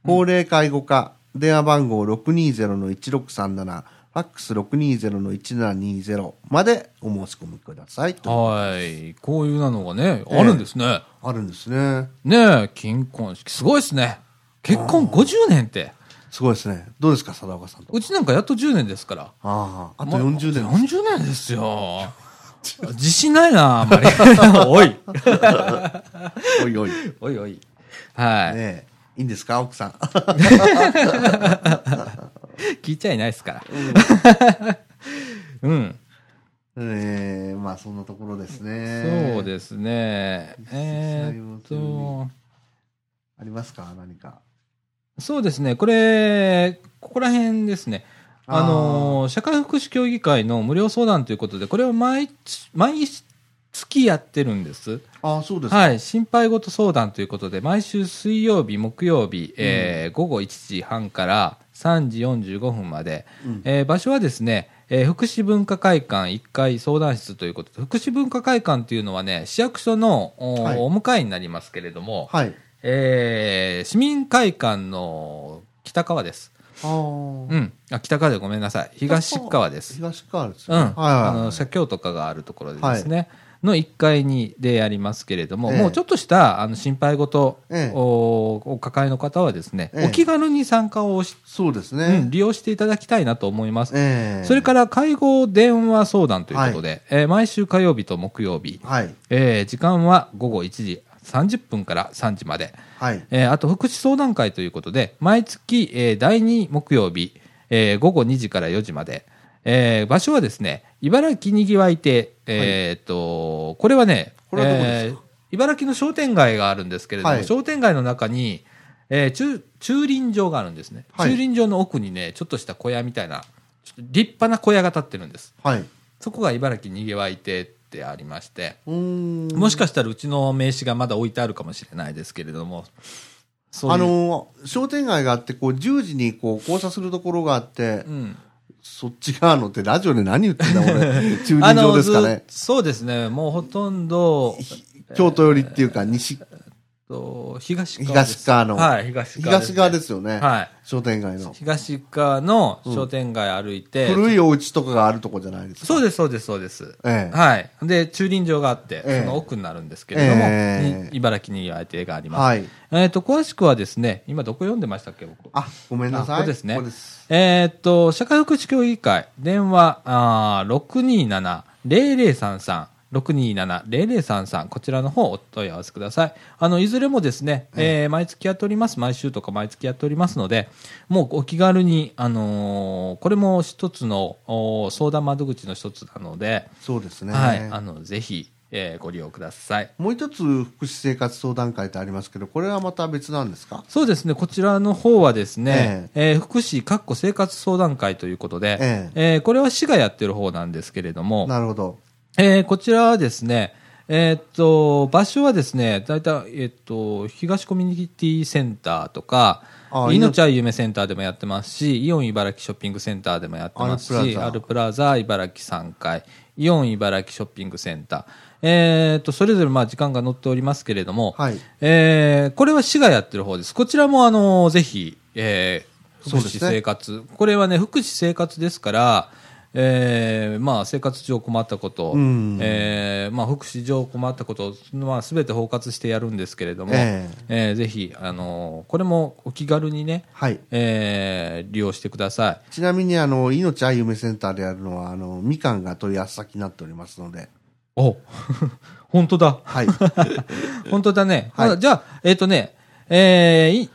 S2: 高齢介護課、電話番号620-1637、ファックス620-1720までお申し込みくださいと。
S1: はい。こういうなのがね、あるんですね。
S2: あるんですね。
S1: ねえ、金婚式。すごいですね。結婚50年って。
S2: すごいですね。どうですか、貞岡さんと。
S1: うちなんかやっと10年ですから。
S2: ああ、あと
S1: ま
S2: 40 年。
S1: 40年ですよ。自信ないな、あんまり。 おい。
S2: おいおい。
S1: おいおい。はい。
S2: ねえいいんですか奥さん。
S1: 聞いちゃいないですから。 うん。
S2: ええまあそんなところですね。
S1: そうですね。えーっと、
S2: ありますか何か。
S1: そうですね。これ、ここら辺ですね。あのー社会福祉協議会の無料相談ということで、これを毎月、毎月やってるんです。
S2: あー、そうですか。
S1: はい。心配事相談ということで、毎週水曜日、木曜日、えー午後1時半から3時45分まで、
S2: うん
S1: えー場所はですね、えー福祉文化会館1階相談室ということで、福祉文化会館というのはね、市役所のお,、
S2: はい
S1: お迎えになりますけれども、
S2: はい。
S1: えー市民会館の北側です。
S2: あー
S1: うん。あ、北側でごめんなさい。東側です。
S2: 東川です
S1: う
S2: よ
S1: ん。
S2: ね。はい
S1: あ
S2: はいは
S1: の、
S2: い。
S1: 社協とかがあるところでですね。の1階にでありますけれども、
S2: ええ
S1: もうちょっとしたあの心配事を、
S2: ええ
S1: お抱えの方はですね、
S2: ええ
S1: お気軽に参加をし、
S2: そうです
S1: う
S2: ね
S1: ん。利用していただきたいなと思います。
S2: ええ
S1: それから介護電話相談ということで、えー毎週火曜日と木曜日、
S2: はい。
S1: えー時間は午後1時30分から3時まで、
S2: はい。
S1: えーあと福祉相談会ということで、毎月、えー第2木曜日、えー午後2時から4時まで、えー場所はですね、茨城にぎわい亭、えーっと、これはね、
S2: これはどこですか
S1: えー茨城の商店街があるんですけれども、
S2: はい
S1: 商店街の中に、えー駐駐輪場があるんですね、
S2: はい
S1: 駐輪場の奥にね、ちょっとした小屋みたいな、ちょっと立派な小屋が建ってるんです。
S2: はい。
S1: そこが茨城にぎわい亭ってありまして、
S2: うーん。
S1: もしかしたらうちの名刺がまだ置いてあるかもしれないですけれども、そういう
S2: あのー、商店街があって、こう、10時にこう、交差するところがあって、
S1: うん、
S2: そっち側のってラジオで何言ってんだ、俺。 駐輪場ですか
S1: あの
S2: ね
S1: ず。そうですね、もうほとんど、
S2: 京都寄りっていうか、西、
S1: と東側です
S2: 東側の。
S1: はい、東側
S2: 東側ですすよね。
S1: ね。はい。
S2: 商店街の。
S1: 東側の商店街歩いて、
S2: 古いお家とかがあるとこじゃないですか。
S1: そう
S2: う
S1: です、そうです、そうです。
S2: ええ
S1: はい。で、駐輪場があって、
S2: ええ
S1: その奥になるんですけれども、
S2: ええ
S1: い茨城には定があります。
S2: はい。
S1: えっ、と、詳しくはですね、今どこ読んでましたっけ、僕。
S2: あ、ごめんなさい。
S1: あここですね
S2: ここです。
S1: えーっと、社会福祉協議会、電話、あー627-0033。627-0033こちらの方お問い合わせください。あの、いずれもですね、えー毎月やっております。毎週とか毎月やっておりますので、もうお気軽に、あのーこれも一つのお相談窓口の一つなので、
S2: そうですね。
S1: はい、あの、ぜひ、えーご利用ください。
S2: もう一つ、福祉生活相談会ってありますけど、これはまた別なんですか
S1: そうですね、こちらの方はですね、えー福祉、括弧生活相談会ということで、
S2: え
S1: えーこれは市がやってる方なんですけれども、
S2: なるほど。
S1: えーこちらはですね、えーっと、場所はですね、大体、えーっと、東コミュニティセンターとか
S2: あ、ー
S1: いのちゃん夢センターでもやってますし、イオン茨城ショッピングセンターでもやってます
S2: アルプラ
S1: し、
S2: ザ
S1: アルプラザ茨城3階、イオン茨城ショッピングセンター、えーっと、それぞれまあ時間が載っておりますけれども、
S2: はい。
S1: えーこれは市がやってる方です。こちらも、あのぜひ、えー福
S2: そうで
S1: 祉
S2: すね
S1: 生活、これはね、福祉生活ですから、えーまあ、生活上困ったこと、
S2: うん
S1: えーまあ、福祉上困ったこと、まあ、すべて包括してやるんですけれども、
S2: え
S1: えーぜひ、あのこれもお気軽にね、
S2: はい。
S1: えー利用してください。
S2: ちなみに、あの、いのちあゆめセンターでやるのは、あの、みかんが問い合わせ先になっておりますので、
S1: お 本当だ。
S2: はい。
S1: 本当だね。
S2: はい
S1: あじゃあ、えっ、とね、えーい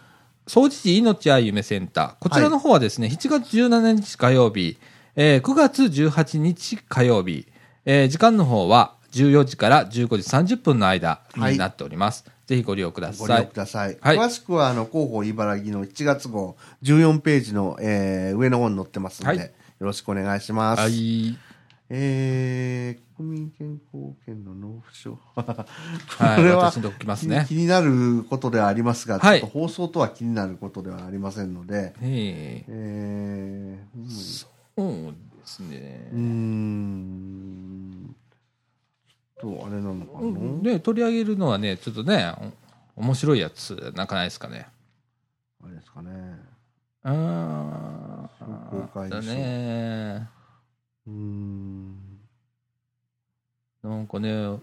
S1: 総知事いのちあゆめセンター。こちらの方はですね、7月17日火曜日、えー9月18日火曜日、えー時間の方は14時から15時30分の間になっております。ぜひご利用くだ
S2: ご利
S1: さ
S2: 用
S1: い
S2: く。ださい。
S1: はい
S2: 詳しくは、あの、広報茨城の7月号、14ページの、えー上の方に載ってますので、
S1: はい
S2: よろしくお願いします。
S1: はい。
S2: えー、国民健康保険の納付書。
S1: はい
S2: これは
S1: 私のとこ来ますね
S2: 気に気になることではありますが、
S1: はい
S2: ちょっと放送とは気になることではありませんので、
S1: え
S2: えー、
S1: ーそうですね
S2: う。ん、うーんちょっとあれなのかな、
S1: で、取り上げるのはね、ちょっとね、お面白いやつ、なんかないですかね。
S2: あれですかね。
S1: うーん。
S2: 公開でしょ
S1: だね。
S2: うーん。
S1: なんかね、あの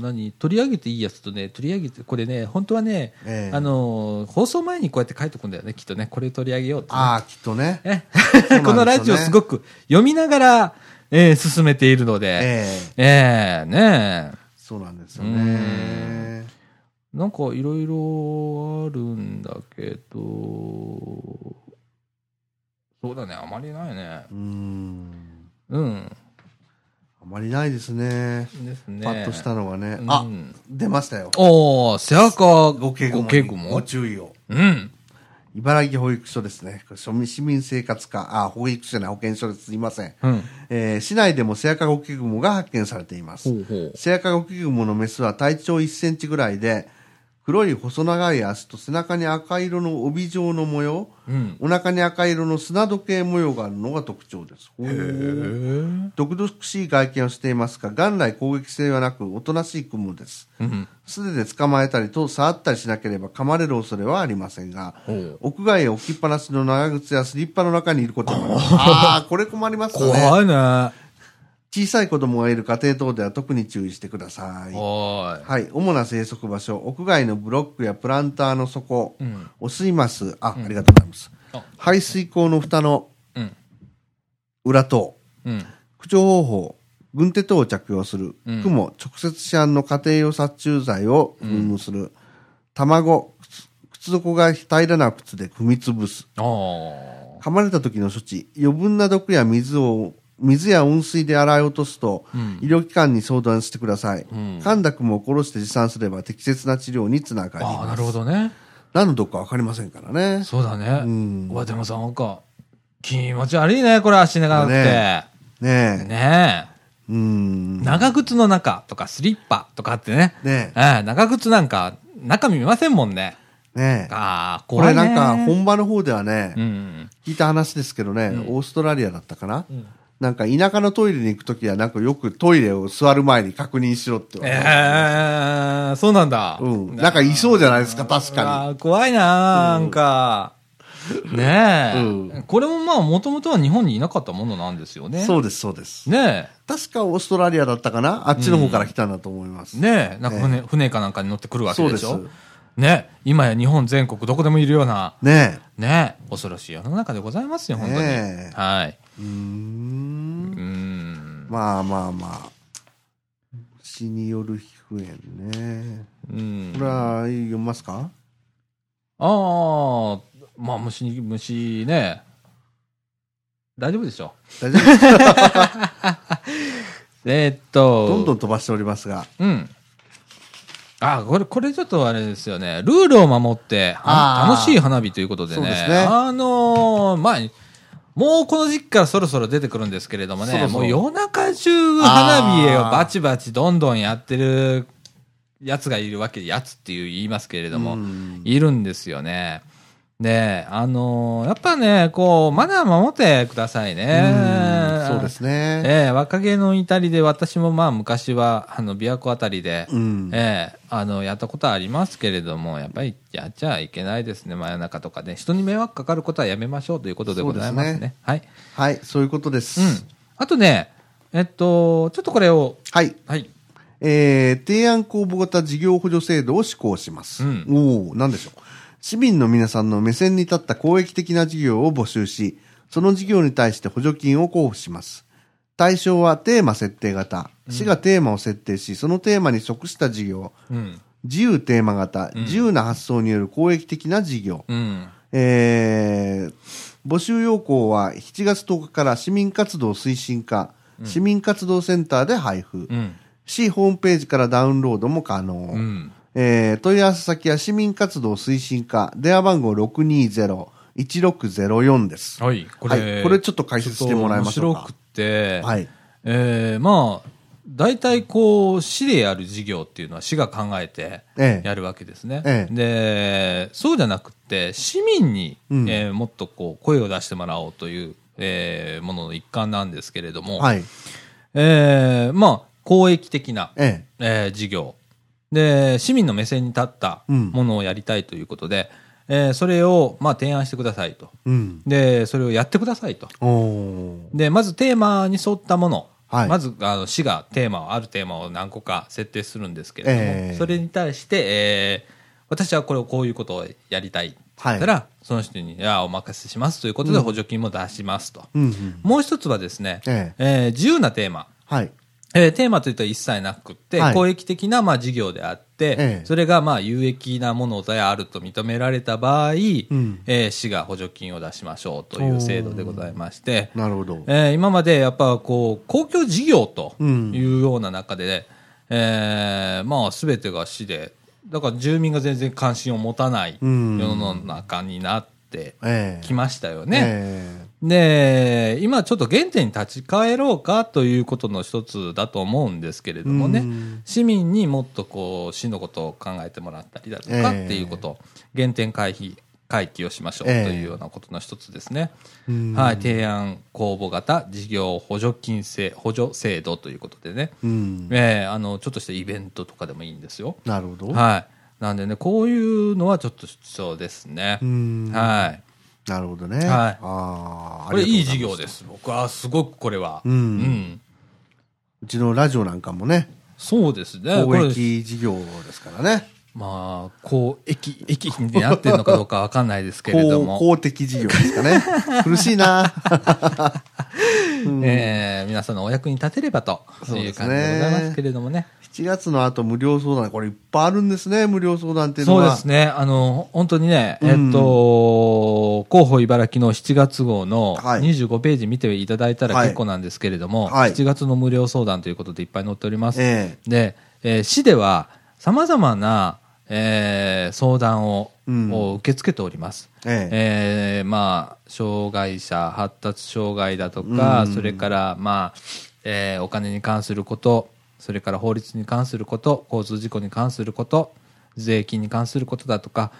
S1: ー何、取り上げていいやつとね、取り上げて、これね、本当はね、
S2: えー、
S1: あのー放送前にこうやって書いておくんだよね、きっとね、これ取り上げようってね、
S2: ああ、きっとね。
S1: え
S2: そうなんですよね
S1: このラジオ、すごく読みながら、えー進めているので、
S2: ええ
S1: えー、ねえ
S2: そうなんですよね。
S1: なんかいろいろあるんだけど、そうだね、あまりないね。
S2: うん。
S1: うん。
S2: あまりないですね。
S1: ですね。
S2: パッとしたのはね
S1: う。ん
S2: あ、出ましたよ。
S1: おー、背中
S2: ご敬語も。
S1: 敬語も
S2: ご注意を。
S1: うん。
S2: 茨城保育所ですね。これ庶民市民生活課、あ、保育所じゃない、保健所です。すいません。
S1: うん。
S2: えー市内でもセアカゴキグモが発見されています。
S1: うほう。
S2: セアカゴキグモのメスは体長1センチぐらいで、黒い細長い足と背中に赤色の帯状の模様、
S1: うん。
S2: お腹に赤色の砂時計模様があるのが特徴です。
S1: ー。
S2: 毒々しい外見をしていますが、元来攻撃性はなく、おとなしいクモです。
S1: うん。
S2: 素手で捕まえたりと触ったりしなければ噛まれる恐れはありませんが
S1: ほう、
S2: 屋外へ置きっぱなしの長靴やスリッパの中にいることもあります。ああ、これ困りますね。
S1: 怖いね。は
S2: 小さい子供がいる家庭等では特に注意してください。
S1: ーい。
S2: はい。主な生息場所、屋外のブロックやプランターの底、
S1: うん。
S2: お吸います。あ、ありがとうございます
S1: あ。
S2: 排水口の蓋の
S1: うん。
S2: 裏等、
S1: うん。
S2: 駆除方法、軍手等を着用する、
S1: うん
S2: 雲、直接市販の家庭用殺虫剤を噴霧する、卵、靴靴底が平らな靴で踏みつぶす、
S1: あー。
S2: 噛まれた時の処置、余分な毒や水を、水や温水で洗い落とすと、
S1: うん
S2: 医療機関に相談してください。
S1: うん
S2: 噛んだ雲を殺して持参すれば適切な治療につながり
S1: あー、な
S2: ます。
S1: るほどね。
S2: 何の毒かわかりませんからね。
S1: そうだ
S2: う
S1: ね。
S2: ん。
S1: うわ、でもさ、なんか、気持ち悪いね、これ足長くて。
S2: ねえ。
S1: ねえ。
S2: うん。ね
S1: 長靴の中とかスリッパとかあってね。
S2: え。
S1: ええ、長靴なんか中身見ませんもんね。
S2: ねえ。
S1: ああ、
S2: こ
S1: 怖
S2: れ
S1: いね。
S2: なんか本場の方ではね、
S1: うん。
S2: 聞いた話ですけどね、オーストラリアだったかな、なんか田舎のトイレに行くときは、なんかよくトイレを座る前に確認しろって言われて
S1: ええそうなんだ。
S2: うん。なんかいそうじゃないですか、確か
S1: あー怖いなー、なん か。ねえ、
S2: う
S1: これもまあ、もともとは日本にいなかったものなんですよ
S2: に。
S1: ね。
S2: そうです、そうです。
S1: ね
S2: 確かオーストラリアだったかなあっちの方から来たんだと思います。
S1: え、ねえ、なんか船、船かなんかに乗ってくるわけでし
S2: そ
S1: ょ
S2: うです。
S1: ねえ、今や日本全国どこでもいるような、
S2: ね
S1: ねえ、恐ろしい世の中でございますよ、本当に。
S2: ねえ
S1: はい。
S2: え。うーん。
S1: うーん。
S2: まあまあまあ。死による皮膚炎ね。
S1: うん
S2: これは読みますか
S1: ああ、まあ虫に、虫ね。大丈夫でしょ
S2: 大丈夫ですか
S1: う。えーっと。
S2: どんどん飛ばしておりますが。
S1: うん。あ、これ、これちょっとあれですよね。ルールを守って、は
S2: あー
S1: 楽しい花火ということでね。
S2: そうですね
S1: あのー、まあ、もうこの時期からそろそろ出てくるんですけれどもね、
S2: そろそろ
S1: もう夜中中花火をバチバチどんどんやってるやつがいるわけ、やつっていう言いますけれども、
S2: うん
S1: いるんですよね。で、あのーやっぱね、こう、マナー守ってくださいね
S2: う。んそうですね。
S1: ええ若気の至りで、私もまあ昔は、あの、琵琶湖あたりで、
S2: うん。
S1: ええあの、やったことはありますけれども、やっぱりやっちゃいけないですね、真夜中とかね。人に迷惑かかることはやめましょうということでございますね。
S2: そうです
S1: はい。
S2: はい、そういうことです。
S1: うん。あとね、えっと、ちょっとこれを、
S2: はい。
S1: はい。
S2: えー、提案公募型事業補助制度を施行します。
S1: うん
S2: おおなんでしょう。市民の皆さんの目線に立った公益的な事業を募集し、その事業に対して補助金を交付します。対象はテーマ設定型。市がテーマを設定し、そのテーマに即した事業。
S1: うん。
S2: 自由テーマ型。自由な発想による公益的な事業。
S1: うん。
S2: えー募集要項は7月10日から市民活動推進課、市民活動センターで配布、
S1: うん。
S2: 市ホームページからダウンロードも可能、
S1: うん。
S2: えー問い合わせ先は市民活動推進課電話番号620-1604です、
S1: はい。これ、
S2: はいこれちょっと解説してもらいましょう
S1: ち
S2: か
S1: っと面白くて、
S2: はい
S1: ええまあ、大体こう、市でやる事業っていうのは市が考えて、
S2: ええ
S1: やるわけですね。
S2: ええ
S1: で、そうじゃなくて、市民に、
S2: うん
S1: えーもっとこう声を出してもらおうという、えーものの一環なんですけれども、
S2: はい
S1: えーまあ、公益的な、
S2: ええ
S1: えー事業で、市民の目線に立った
S2: うん
S1: ものをやりたいということで、えーそれを、まあ、提案してくださいと。
S2: うん
S1: で、それをやってくださいと。
S2: おー
S1: で、まずテーマに沿ったもの。
S2: はい
S1: まず、あの、市がテーマを、あるテーマを何個か設定するんですけれども、
S2: ええ
S1: それに対して、えー私はこれをこういうことをやりたい。
S2: はい
S1: たら、その人に、いや、お任せしますということで補助金も出しますと。
S2: うんうん。
S1: もう一つはですね、
S2: え
S1: えー自由なテーマ。
S2: はい。
S1: えーテーマといったら一切なくって、
S2: はい
S1: 公益的なまあ事業であって、
S2: ええ
S1: それがまあ有益なものであると認められた場合、
S2: ん
S1: えー市が補助金を出しましょうという制度でございまして、
S2: なるほど。
S1: えー今までやっぱこう公共事業と
S2: うん
S1: いうような中で、えーまあ全てが市でだから住民が全然関心を持たない世
S2: うん
S1: の中になって
S2: ええ
S1: きましたよね。
S2: え
S1: で、今ちょっと原点に立ち返ろうかということの一つだと思うんですけれどもね
S2: うん、
S1: 市民にもっとこう、市のことを考えてもらったりだとかっていうこと、原点回避、回帰をしましょうと
S2: ええ
S1: いうようなことの一つですね。
S2: えうん
S1: はい、提案公募型事業補助金制、補助制度ということでね、
S2: うん。
S1: ええあの、ちょっとしたイベントとかでもいいんですよ。
S2: なるほど。
S1: はい。なんでね、こういうのはちょっと必要ですね
S2: う。ん。
S1: はい。
S2: なるほど
S1: い
S2: ね。ああ。あ
S1: こ
S2: り
S1: れ
S2: がと
S1: いい事
S2: うござます
S1: 業で。す。僕はすごくこれは。
S2: うん
S1: ん
S2: うちのラジオなんかもね、
S1: そうですね。こ
S2: 公
S1: れ
S2: 益事業ですからね。
S1: まあ、こう、駅、駅になってるのかどうかわかんないですけれど
S2: 公
S1: も、
S2: 公的事業ですかね。 苦しいな。
S1: えー皆さんのお役に立てればと
S2: そう
S1: いう
S2: ですね
S1: 感じでございますけれどもね。
S2: 7月の後無料相談、これいっぱいあるんですね、無料相談っていうの
S1: そうで
S2: は。
S1: すね。あの、本当にね、
S2: うん
S1: えっと、広報茨城の7月号の
S2: はい
S1: 25ページ見ていただいたら
S2: はい
S1: 結構なんですけれども、
S2: はい
S1: 7月の無料相談ということでいっぱい載っております。
S2: え
S1: で、えー市では様々な、えー相談を,、
S2: うん
S1: を受け付けております。
S2: えええ
S1: えーまあ、障害者、発達障害だとか、
S2: うん
S1: それから、まあ、えーお金に関すること、それから法律に関すること、交通事故に関すること、税金に関することだとか、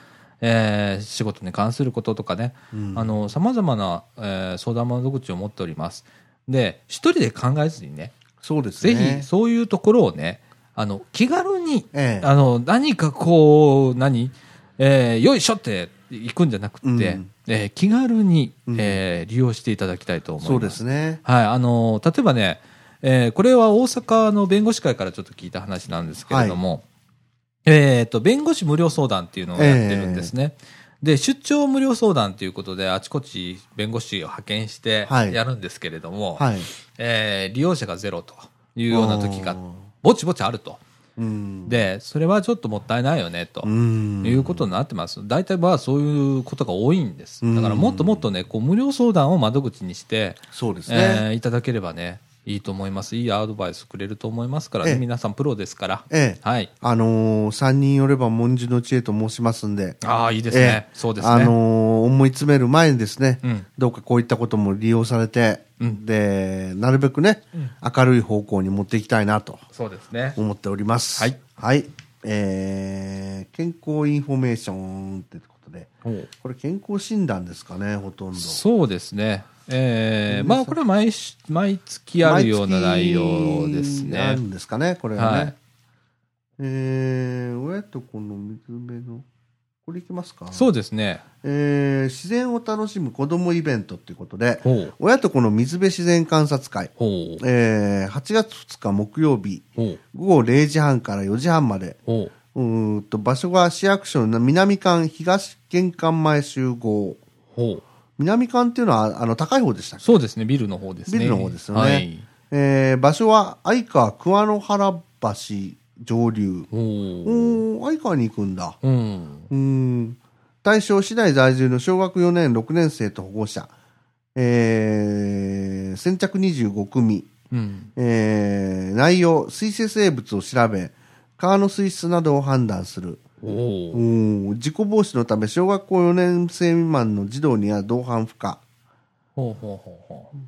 S1: えー仕事に関することとかね、あの、様々な、えー相談窓口を持っております。で、一人で考えずにね、
S2: そうですね。
S1: ぜひそういうところをね、あの気軽に、
S2: ええ
S1: あの何かこう、何、えーよいしょって行くんじゃなくて、
S2: うん
S1: えー気軽に、えー利用していただきたいと思います。
S2: そうですね。
S1: はい、あの例えばね、えーこれは大阪の弁護士会からちょっと聞いた話なんですけれども、えっと弁護士無料相談っていうのをやってるんですね。で出張無料相談ということで、あちこち弁護士を派遣して
S2: はい
S1: やるんですけれども、
S2: はい。
S1: えー利用者がゼロというような時が
S2: おー
S1: ぼちぼちあると。
S2: うん。
S1: で、それはちょっともったいないよね、と
S2: うん。
S1: いうことになってます。大体はそういうことが多いんです
S2: う。ん
S1: だからもっともっとね、こう無料相談を窓口にして、
S2: そうです
S1: え
S2: ね。
S1: ーいただければね、いいと思います。いいアドバイスくれると思いますからね。
S2: ええ
S1: 皆さんプロですから。
S2: ええ
S1: はい。
S2: あのー、三人寄れば文字の知恵と申しますんで。
S1: ああ、いいですね
S2: え。え
S1: そうですね。
S2: あのー思い詰める前にですね、
S1: うん
S2: どうかこういったことも利用されて、
S1: うん
S2: で、なるべくね、明るい方向に持っていきたいなと
S1: そうですね。
S2: 思っております。
S1: はい。
S2: はい。えー、健康インフォメーションってことで、これ健康診断ですかね、ほとんど。
S1: そうですね。えーまあこれは毎し毎月あるような内容ですね。
S2: 毎月あるんですかね、これはね。
S1: はい
S2: えー、親と子の水辺の、これいきますか
S1: そうですね。
S2: えー自然を楽しむ子供イベントっていうことで、
S1: ほう。
S2: 親と子の水辺自然観察会、
S1: ほう。
S2: えー8月2日木曜日、
S1: ほう。
S2: 午後0時半から4時半まで、
S1: ほ
S2: うーんと場所が市役所の南館東玄関前集合。
S1: う。ほう。
S2: 南館っていうのは、あの、高い方でしたっけ
S1: そうですね、ビルの方ですね。
S2: ビルの方ですよね。
S1: はい。
S2: えー場所は、相川桑野原橋上流。
S1: お
S2: う
S1: ー
S2: ーん、相川に行くんだ。
S1: うん。
S2: うーん。対象市内在住の小学4年、6年生と保護者。えー、先着25組。
S1: うん。
S2: えー、内容、水生生物を調べ、川の水質などを判断する。
S1: お
S2: う
S1: お。
S2: ん事故防止のため、小学校4年生未満の児童には同伴不可。
S1: ほうほうほうほう。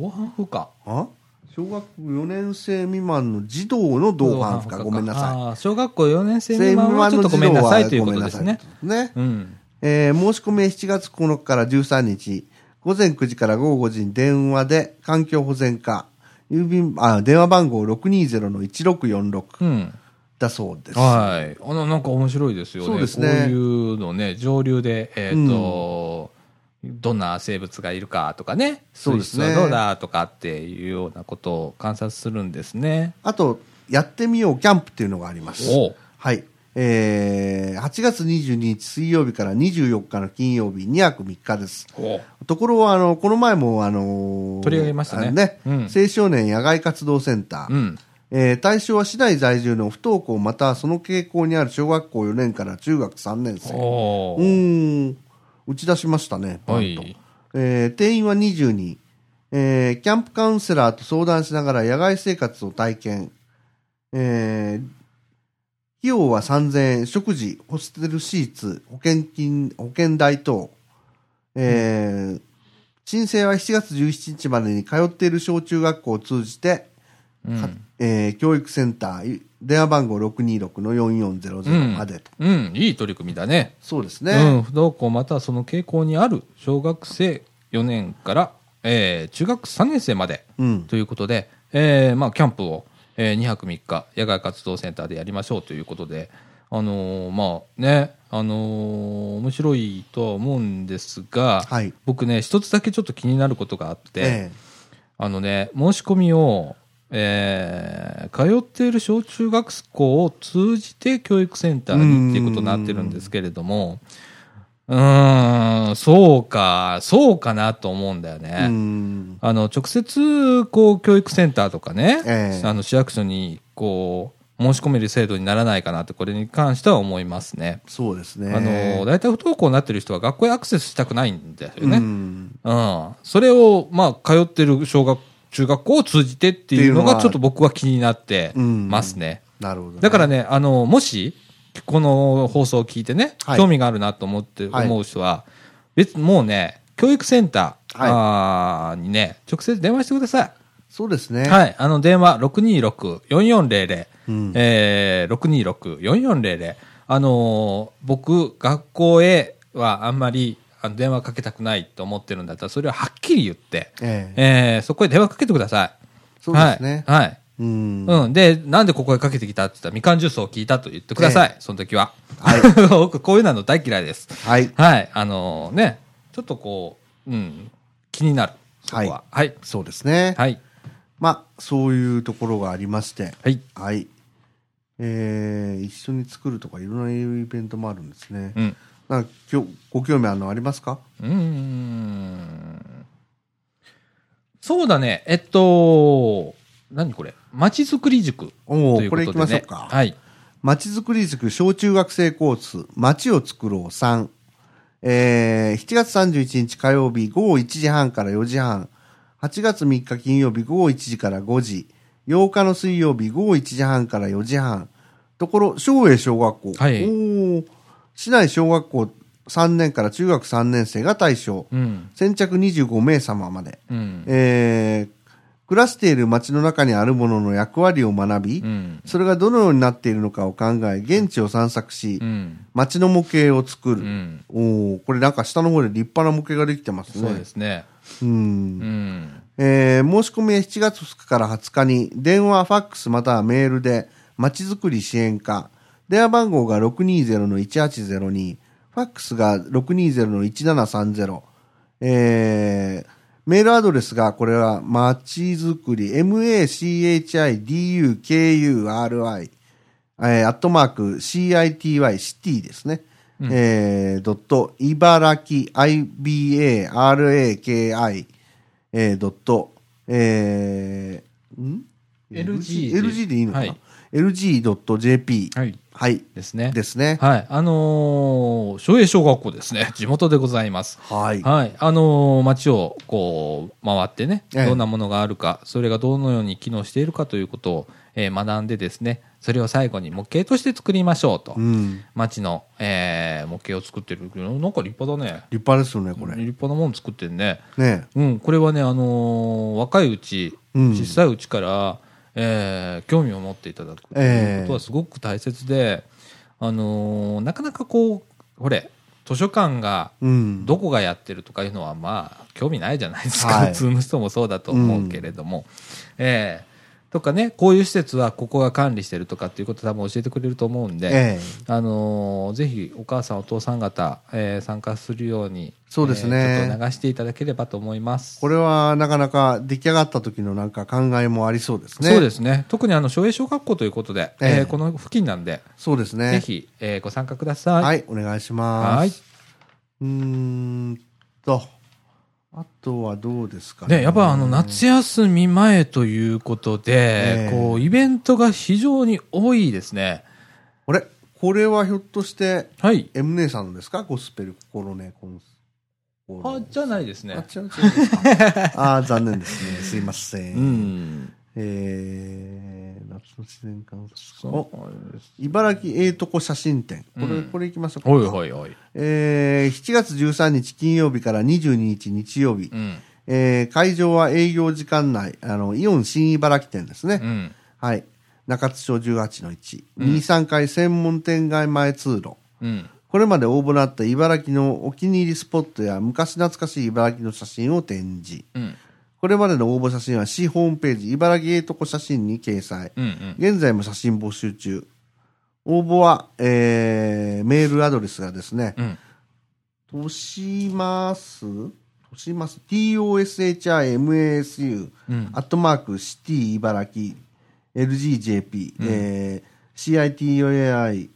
S1: 同伴不可。
S2: あ小学4年生未満の児童の同伴不可。ごめんなさ
S1: い。小学校4年
S2: い。
S1: 生未満はちょっとごめんなさいということですね。
S2: ごめんなさいということですね
S1: うん。
S2: えー申し込みは7月9日から13日、午前9時から午後5時に電話で環境保全課、郵便、あ、電話番号620-1646
S1: うん。
S2: だそうです。
S1: はい。あの、なんか面白いですよね。
S2: そうです
S1: こ
S2: ね
S1: ういうのね、上流で、えっ、と、どんな生物がいるかとかね、
S2: そうですね
S1: 水質はどうだとかっていうようなことを観察するんですね。
S2: あと、やってみようキャンプっていうのがあります。
S1: おう
S2: はい。えー8月22日水曜日から24日の金曜日、2泊3日です。
S1: お
S2: ところは、あの、この前も、あのー
S1: 取り上げましたね
S2: あのね、
S1: うん
S2: 青少年野外活動センター。
S1: うん。
S2: えー対象は市内在住の不登校またはその傾向にある小学校4年から中学3年生。
S1: お
S2: う
S1: ー
S2: ーん。打ち出しましたね。パ
S1: は
S2: ンと
S1: い
S2: えー定員は20人。えーキャンプカウンセラーと相談しながら野外生活を体験。えー費用は3000円。食事、ホステルシーツ、保険金、保険代等。えー申請は7月17日までに通っている小中学校を通じて、かえー教育センター、電話番号626-4400までと。
S1: うん、いい取り組みだね。
S2: そうです
S1: う
S2: ね。
S1: ん、不登校またはその傾向にある小学生4年から、えー中学3年生まで
S2: うん
S1: ということで、えーまあ、キャンプを、えー2泊3日野外活動センターでやりましょうということで、あのーまあね、あのー面白いとは思うんですが、
S2: はい
S1: 僕ね、一つだけちょっと気になることがあって、
S2: ええ
S1: あのね、申し込みを、えー通っている小中学校を通じて教育センターにっていうことになってるんですけれども、うーん、そうか、そうかなと思うんだよね。
S2: うん
S1: あの直接こう教育センターとかね、
S2: ええ
S1: あの市役所にこう申し込める制度にならないかなってこれに関しては思いますね。
S2: そうですね。
S1: あの大体不登校になってる人は学校へアクセスしたくないんですよね。
S2: う
S1: うん
S2: ん
S1: それを、まあ、通ってる小学中学校を通じてっていうの
S2: っていうの
S1: が
S2: は
S1: ちょっと僕は気になってますね。
S2: なるほどね、
S1: だからね、あの、もし、この放送を聞いてね、
S2: はい
S1: 興味があるなと思って、
S2: はい
S1: 思う人は、別、もうね、教育センター、
S2: はい
S1: あーにね、直接電話してくださ
S2: そうですね。
S1: い。はい。あの、電話626-4400、
S2: うん
S1: えー、626-4400。あのー僕、学校へはあんまり、あの電話かけたくないと思ってるんだったら、それははっきり言って、
S2: ええ
S1: えーそこへ電話かけてください。
S2: そうですね。
S1: はい。はい
S2: うん。
S1: うん。で、なんでここへかけてきたって言ったら、みかんジュースを聞いたと言ってください。その時は。 僕、こういうの大嫌いです。
S2: はい。
S1: はい。あのね、ちょっとこう、うん、気になる。そこは。はい。
S2: そうですね。
S1: はい。
S2: まあ、そういうところがありまして。
S1: はい。
S2: はい。えー一緒に作るとかいろんなイベントもあるんですね。
S1: うん。
S2: なんかきょご興味あるのありますか
S1: うーん。そうだね。えっと、何これ。まちづくり塾。
S2: おお、
S1: という
S2: これ
S1: と
S2: 行
S1: で
S2: き
S1: ね
S2: ましょうか。
S1: はい。
S2: まちづくり塾小中学生コース、まちを作ろう3。えー、7月31日火曜日午後1時半から4時半。8月3日金曜日午後1時から5時。8日の水曜日午後1時半から4時半。ところ、小英小学校。
S1: はい
S2: おー市内小学校3年から中学3年生が対象。
S1: うん。
S2: 先着25名様まで。
S1: うん。
S2: えー、暮らしている街の中にあるものの役割を学び、
S1: うん。
S2: それがどのようになっているのかを考え、現地を散策し
S1: う、ん。
S2: 街の模型を作る。
S1: うん。
S2: おーこれなんか下の方で立派な模型ができてますね。
S1: そうですね。
S2: うん
S1: うん。
S2: えー申し込みは7月2日から20日に、電話、ファックスまたはメールで、まちづくり支援課、電話番号が620-1802、ファックスが620-1730、えーメールアドレスが、これは、まちづくり、m-a-c-h-i-d-u-k-u-r-i、えー、アットマーク、city, シティですね。えー、ドット、茨城、ibaraki、えー、ドット、えー、ん
S1: LG
S2: LG でいいのかな、
S1: はい
S2: ?lg.jp。
S1: はい。
S2: はい。
S1: ですね。
S2: ですね。
S1: はい。あのー、松江小学校ですね。地元でございます。
S2: はい。
S1: はい。あのー街をこう、回ってね、
S2: ええ
S1: どんなものがあるか、それがどのように機能しているかということを、えー学んでですね、それを最後に模型として作りましょうと
S2: う。ん。
S1: 街の、えー模型を作ってる。なんか立派だね。
S2: 立派ですよね、これ。
S1: 立派なもの作ってんね。
S2: ね
S1: うん、これはね、あのー若いうち、
S2: うん
S1: 小さいうちから、えー興味を持っていただくと
S2: え
S1: いう
S2: え
S1: ことはすごく大切で、あのーなかなかこう、ほれ、図書館が
S2: うん。
S1: どこがやってるとかいうのは、まあ、興味ないじゃないですか、
S2: はい
S1: 普通の人もそうだと思うけれども、ええとかね、こういう施設はここが管理してるとかっていうこと多分教えてくれると思うんで、
S2: ええ
S1: あのーぜひお母さんお父さん方、えー参加するように、
S2: そうですね
S1: えーちょっと流していただければと思います。
S2: これはなかなか出来上がった時のなんか考えもありそうですね。
S1: そうですね。特にあの、省営小学校ということで、
S2: ええ
S1: えーこの付近なんで、
S2: そうですね。
S1: ぜひ、えーご参加ください。
S2: はい、お願いします。
S1: はい。
S2: うーんと、あとはどうですか
S1: ね、やっぱあの、夏休み前ということで
S2: ええ、
S1: こう、イベントが非常に多いですね。
S2: あれこれはひょっとして、
S1: はい。
S2: M 姉さんのですかゴスペル心ね、コンス。
S1: あ、じゃないです
S2: あ
S1: ね。
S2: 違う違うです かあー残念ですね。すいません。
S1: うん。
S2: えー、夏の自然観察お
S1: そうです
S2: 茨城ええとこ写真展。これ、
S1: うん
S2: これ行きましょうか。
S1: はいはいはい。
S2: えー、7月13日金曜日から22日日曜日。
S1: うん。
S2: えー会場は営業時間内、あの、イオン新茨城店ですね。
S1: うん。
S2: はい。中津町18の1。23階専門店街前通路。
S1: うん。
S2: これまで応募のあった茨城のお気に入りスポットや昔懐かしい茨城の写真を展示。
S1: うん。
S2: これまでの応募写真は市ホームページ茨城ええとこ写真に掲載。
S1: うん。うん。
S2: 現在も写真募集中。応募は、えー、メールアドレスがですね、
S1: うん。
S2: とします、とします、toshimasu、
S1: うん
S2: アットマーク、シティ茨城、lgjp、えー、citoai、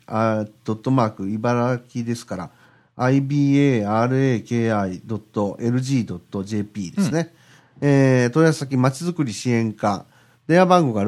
S2: ドットマーク、茨城ですから、ibaraki.lg.jp ですね。えー、問い合わせ先、まちづくり支援課、電話番号が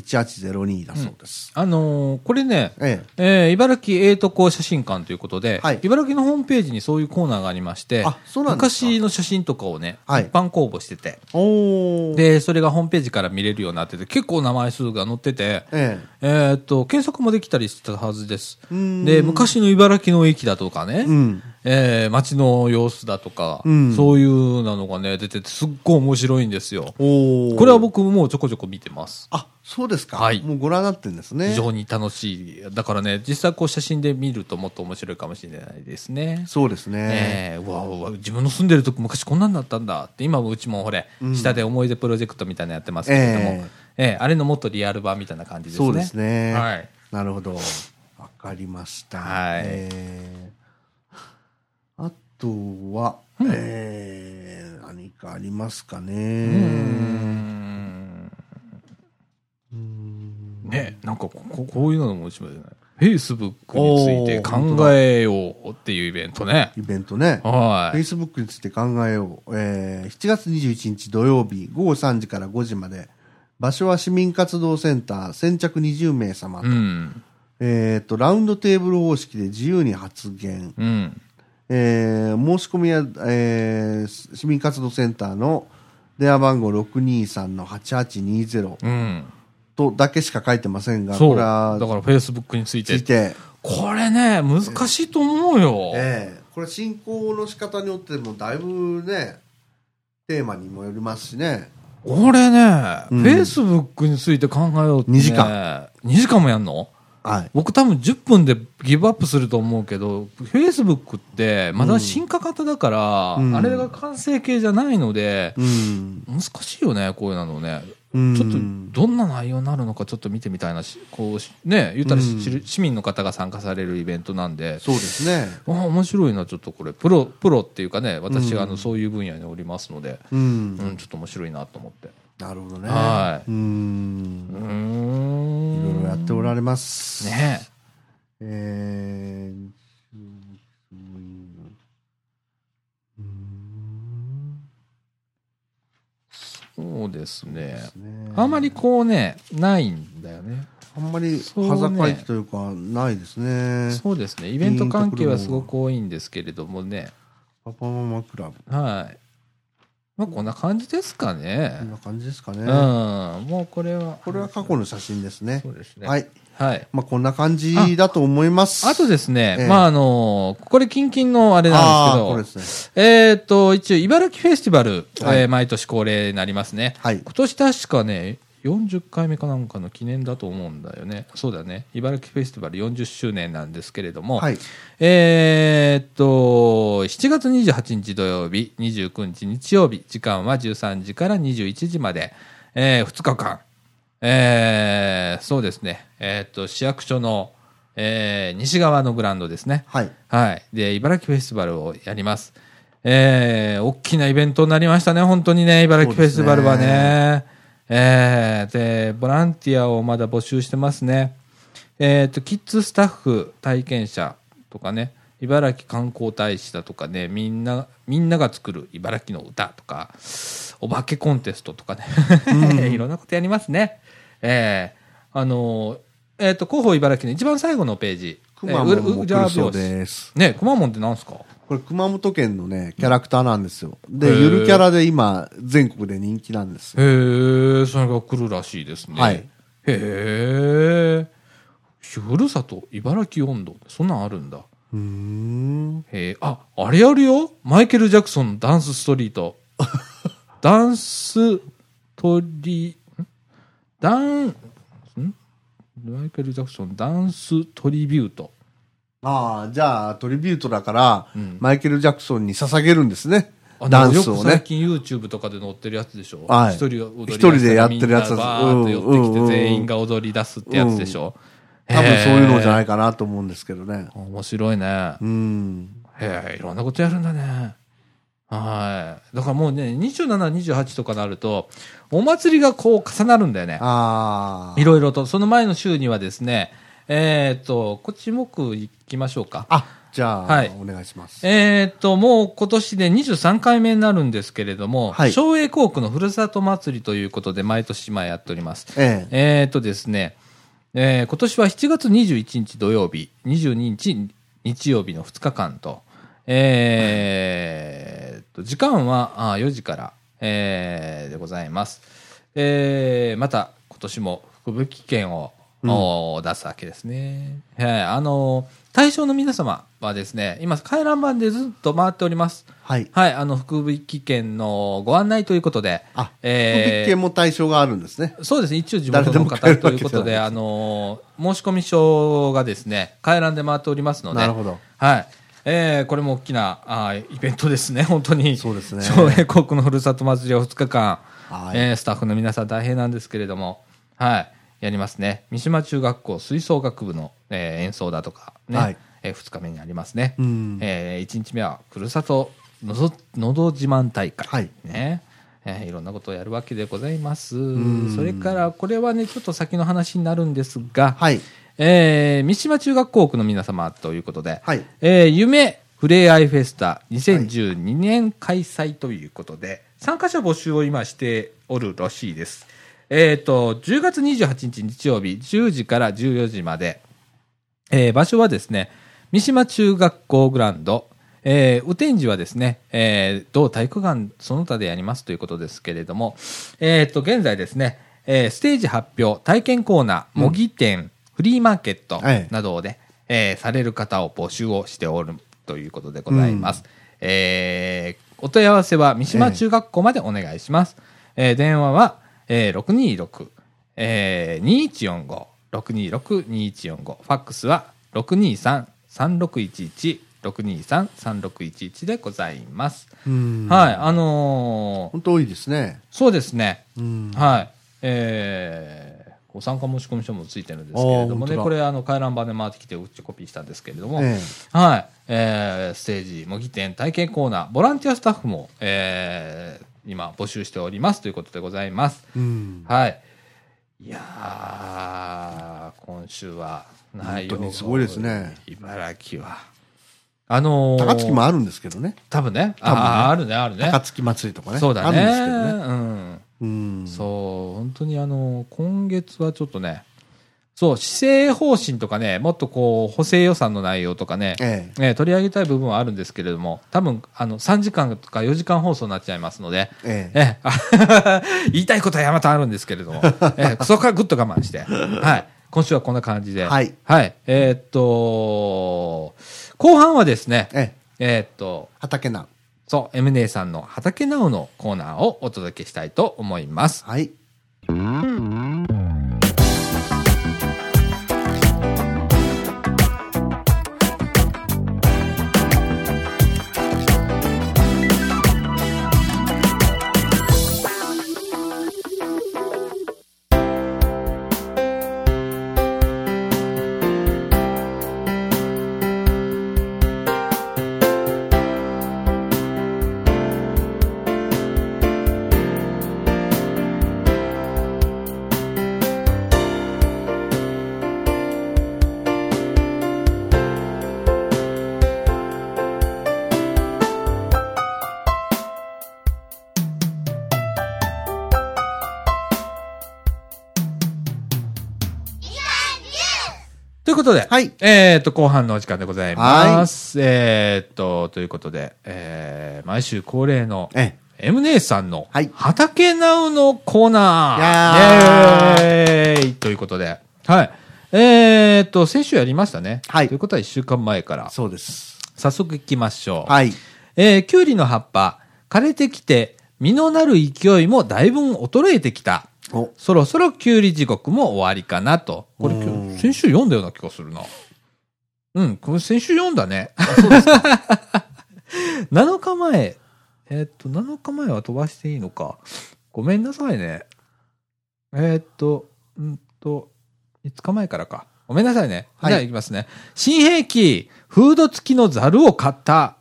S2: 620-1802だそうです。
S1: あのーこれね、
S2: ええ
S1: えー茨城ええとこ写真館ということで、
S2: はい
S1: 茨城のホームページにそういうコーナーがありまして、
S2: あそうなんですか
S1: 昔の写真とかをね、
S2: はい
S1: 一般公募してて、
S2: おー。
S1: で、それがホームページから見れるようになってて、結構名前数が載ってて、
S2: ええ
S1: えーっと、検索もできたりしたはずです。
S2: ん
S1: で、昔の茨城の駅だとかね、
S2: ん
S1: えー街の様子だとか、
S2: ん
S1: そういうなのがね、出てて、すっごい面白いんですよ。
S2: おー
S1: これは僕もちょこちょこ見てます。
S2: あ、そうですか。
S1: はい
S2: もうご覧になってるんですね。
S1: 非常に楽しい。だからね、実際こう写真で見るともっと面白いかもしれないですね。
S2: そうですね。
S1: ええうわうわ自分の住んでるとこ昔こんなんだったんだって、今もうちもほれ、下で思い出プロジェクトみたいなのやってますけれども、え
S2: え
S1: えあれのもっとリアル版みたいな感じですね。
S2: そうですね。
S1: はい。
S2: なるほど。わかりました。
S1: はい
S2: えーあとは、えー何かありますか
S1: うー
S2: ね。
S1: んね、なんかこここういうのもうちもじゃない。Facebook について考えようっていうイベントね。
S2: イベントね。
S1: はい。
S2: Facebook について考えよう。えー7月21日土曜日午後3時から5時まで。場所は市民活動センター先着20名様と。
S1: うん。
S2: えっ、と、ラウンドテーブル方式で自由に発言。
S1: うん。
S2: えー申し込みや、えー市民活動センターの電話番号623-8820
S1: うん。
S2: とだけしか書いてませんが、
S1: そ
S2: こ
S1: う。
S2: れ
S1: だか
S2: は
S1: ら Facebook につい
S2: つ
S1: て
S2: い。て、
S1: これね、難しいと思うよ。
S2: えーこれ進行の仕方によってもだいぶね、テーマにもよりますしね。
S1: これね、
S2: ん
S1: Facebook について考えようって、ね。
S2: 二時
S1: 間。2時間もやんの
S2: はい。
S1: 僕多分10分でギブアップすると思うけど、Facebook ってまだ進化型だから、
S2: うん
S1: あれが完成形じゃないので、
S2: うん。
S1: 難しいよね、こういうのね。
S2: うん
S1: ちょっとどんな内容になるのかちょっと見てみたいなし、こうし、ね、言ったらし、
S2: うん
S1: 市民の方が参加されるイベントなんで、
S2: そうですね。
S1: ああ面白いな、ちょっとこれ、プロ、プロっていうかね、私
S2: うん
S1: があの、そういう分野におりますので、
S2: うん。
S1: うん、ちょっと面白いなと思って。
S2: なるほどね。
S1: はい
S2: うん。いろ
S1: い
S2: いろやっておられます。
S1: ねえ
S2: えー、うん
S1: そうですね。
S2: ね
S1: あまりこうね、ないんだよね。
S2: あんまり
S1: そうね
S2: 端境というかないですね
S1: そうですね。イベント関係はすごく多いんですけれどもね。
S2: パパママクラブ
S1: はい。まあこんな感じですかね
S2: こん。な感じですかね、
S1: うん。もうこれは。
S2: これは過去の写真ですね
S1: そうですね。。
S2: はいい
S1: はい。
S2: まあこんな感じだと思います
S1: あとですね、
S2: ええ
S1: まあ、あの、これ、近々のあれ
S2: あー
S1: な
S2: こ
S1: ん
S2: れ
S1: で
S2: ですすね
S1: けど、えっ、と、一応、茨城フェスティバル、
S2: はい
S1: えー毎年恒例になりますね。
S2: はい
S1: 今年確かね40回目かなんかの記念だと思うんだよねそうだね茨城フェスティバル40周年なんですけれども、
S2: はい
S1: えーっと7月28日土曜日29日日曜日時間は13時から21時まで、え2日間えー、そうですね、えーっと市役所の、えー西側のグラウンドですね、
S2: はい。
S1: はい、で茨城フェスティバルをやります、えー、大きなイベントになりましたね、本当にね、茨城フェスティバルはね。
S2: そうです
S1: えーでボランティアをまだ募集してますね、えー、とキッズスタッフ体験者とかね茨城観光大使だとかねみんなみんなが作る茨城の歌とかお化けコンテストとかね、 いろんなことやりますねえーあのーえー、と広報茨城の一番最後のページ
S2: くまモンも来るそうです。
S1: ね、くまモンってなんすか
S2: これ熊本県のね、キャラクターなんですよ。で、
S1: へー
S2: ゆるキャラで今、全国で人気なんですよ。
S1: へえ、それが来るらしいですね。
S2: はい
S1: へえ。ふるさと、茨城温度。そんなんあるんだ。
S2: うーん。
S1: へえ、あ、あれやるよ。マイケル・ジャクソンのダンスストリー ト。ダンストリ、んダン、んマイケル・ジャクソンダンストリビュート。
S2: ああ、じゃあ、トリビュートだから、
S1: ん
S2: マイケル・ジャクソンに捧げるんですね。
S1: あ
S2: ダンス
S1: よ
S2: を
S1: く最
S2: ね。
S1: 近 YouTube とかで載ってるやつでしょ、
S2: はい
S1: 一人踊り出
S2: 一
S1: したら
S2: 人でやってるやつ
S1: みんなバーって寄って
S2: うんうんう
S1: き
S2: ん
S1: て全員が踊り出すってやつでしょ、
S2: 多分そういうのじゃないいかなと思うんですけどね。
S1: 面白いね
S2: うん。
S1: へえいろんなことやるんだねはいだからもうね2728とかなるとお祭りがこう重なるんだよね
S2: あ
S1: い
S2: あ。
S1: ろいろとその前の週にはですねえっ、とこっちもく行きましょうか
S2: あ、じゃあ、
S1: はい
S2: お願いします。
S1: えーっと、もう今年で23回目になるんですけれども、
S2: はい
S1: 松栄工区のふるさと祭りということで、毎年今やっております。
S2: ええ。
S1: えーっとですね、えー今年は7月21日土曜日、22日日曜日の2日間と、えーっと、時間はあー4時から、えーでございます。えーまた今年も福吹券を、
S2: うん
S1: おー出すわけですね。はい、あのー対象の皆様はですね、今、回覧板でずっと回っております。
S2: はい。
S1: はい、あの、福吹券のご案内ということで、
S2: あ、
S1: えー
S2: 福引券も対象があるんですね。
S1: そうですね、一応地元
S2: 誰で
S1: の
S2: も買え
S1: 方
S2: る
S1: ということ
S2: わけ
S1: で、
S2: じゃ
S1: あのー申し込み書がですね、回覧で回っておりますので、
S2: なるほど。
S1: はい。えーこれも大きなあーイベントですね、本当に。
S2: そうですね
S1: 松江国のふるさと祭りを2日間、
S2: はい
S1: えースタッフの皆さん大変なんですけれども、はい、やりますね。三島中学校吹奏楽部の、えー演奏だとか、ね、
S2: はい
S1: え2日目にありますね。
S2: うん
S1: え1日目はふるさとのぞのど自慢大会、
S2: はい
S1: ねえーいろんなことをやるわけでございます
S2: ん
S1: それからこれはねちょっと先の話になるんですが、
S2: はい。
S1: えー三島中学校区の皆様ということで、
S2: はい
S1: えー夢ふれあいフェスタ2012年開催ということで、参加者募集を今しておるらしいです。えっ、と、10月28日日曜日、10時から14時まで、えー場所はですね、三島中学校グラウンド、えー、雨天時はですね、えー同体育館その他でやりますということですけれども、えー、と、現在ですね、えーステージ発表、体験コーナー、模擬店、フリーマーケット
S2: はい
S1: などで、えーされる方を募集をしておるということでございます。えーお問い合わせは三島中学校までお願いします。えー電話は、えー、626、えー、2145、626-2145、ファックスは623-3611、623-3611でございます。
S2: うん。
S1: はい、あのー
S2: 本当多いですね。
S1: そうですね。
S2: うん。
S1: はい。えーご参加申し込み書もついてるんですけれども
S2: あー本当
S1: ね、
S2: だ
S1: これ、あの、回覧板で回ってきて、うちコピーしたんですけれども、
S2: え
S1: はい、えーステージ、模擬店、体験コーナー、ボランティアスタッフも、えー今、募集しておりますということでございます。
S2: うん。
S1: はい。いやー、今週は、内容が
S2: 本当にすごいですね
S1: 茨城は。あのー
S2: 高槻もあるんですけどね。
S1: 多分ね、
S2: 多分ね
S1: あーあるね、あるね。
S2: 高槻祭りとかね。
S1: そうだね。
S2: あるんですけ
S1: う
S2: どね。
S1: ん。
S2: うん。
S1: そう、本当にあの、今月はちょっとね、そう、施政方針とかね、もっとこう、補正予算の内容とかね、
S2: ええ。
S1: えー取り上げたい部分はあるんですけれども、多分あの3時間とか4時間放送になっちゃいますので、
S2: え
S1: え
S2: え。
S1: え あ言いたいことは山々あるんですけれ ども、ええそこからぐっと我慢して、はい、今週はこんな感じで、
S2: はい
S1: えーっと、後半はですね、
S2: ええ。
S1: えーっと、
S2: 畑な。
S1: そう、M 姉さんの畑直のコーナーをお届けしたいと思います。
S2: はい。
S3: 「
S1: ということで、
S2: はい
S1: えっと、後半のお時間でございます。えっと、ということで、えー、毎週恒例の、
S2: ええ
S1: M 姉さんの
S2: はい、
S1: 畑ナウのコーナ
S2: や
S1: ー。イェーイということで、はい。えっと、先週やりましたね。
S2: はい
S1: ということは1週間前から、
S2: そうです。
S1: 早速行きましょう。
S2: はい。
S1: えー、キュウリの葉っぱ、枯れてきて、実のなる勢いもだいぶん衰えてきた。
S2: お、
S1: そろそろキュウリ地獄も終わりかなと。これ
S2: う、ん
S1: 先週読んだような気がするな。うん、これ先週読んだね。7日前。えーっと、7日前は飛ばしていいのか。ごめんなさいね。えーっと、うんと、5日前からか。ごめんなさいね。
S2: はい
S1: じゃあ行きますね。新兵器、フード付きのザルを買った。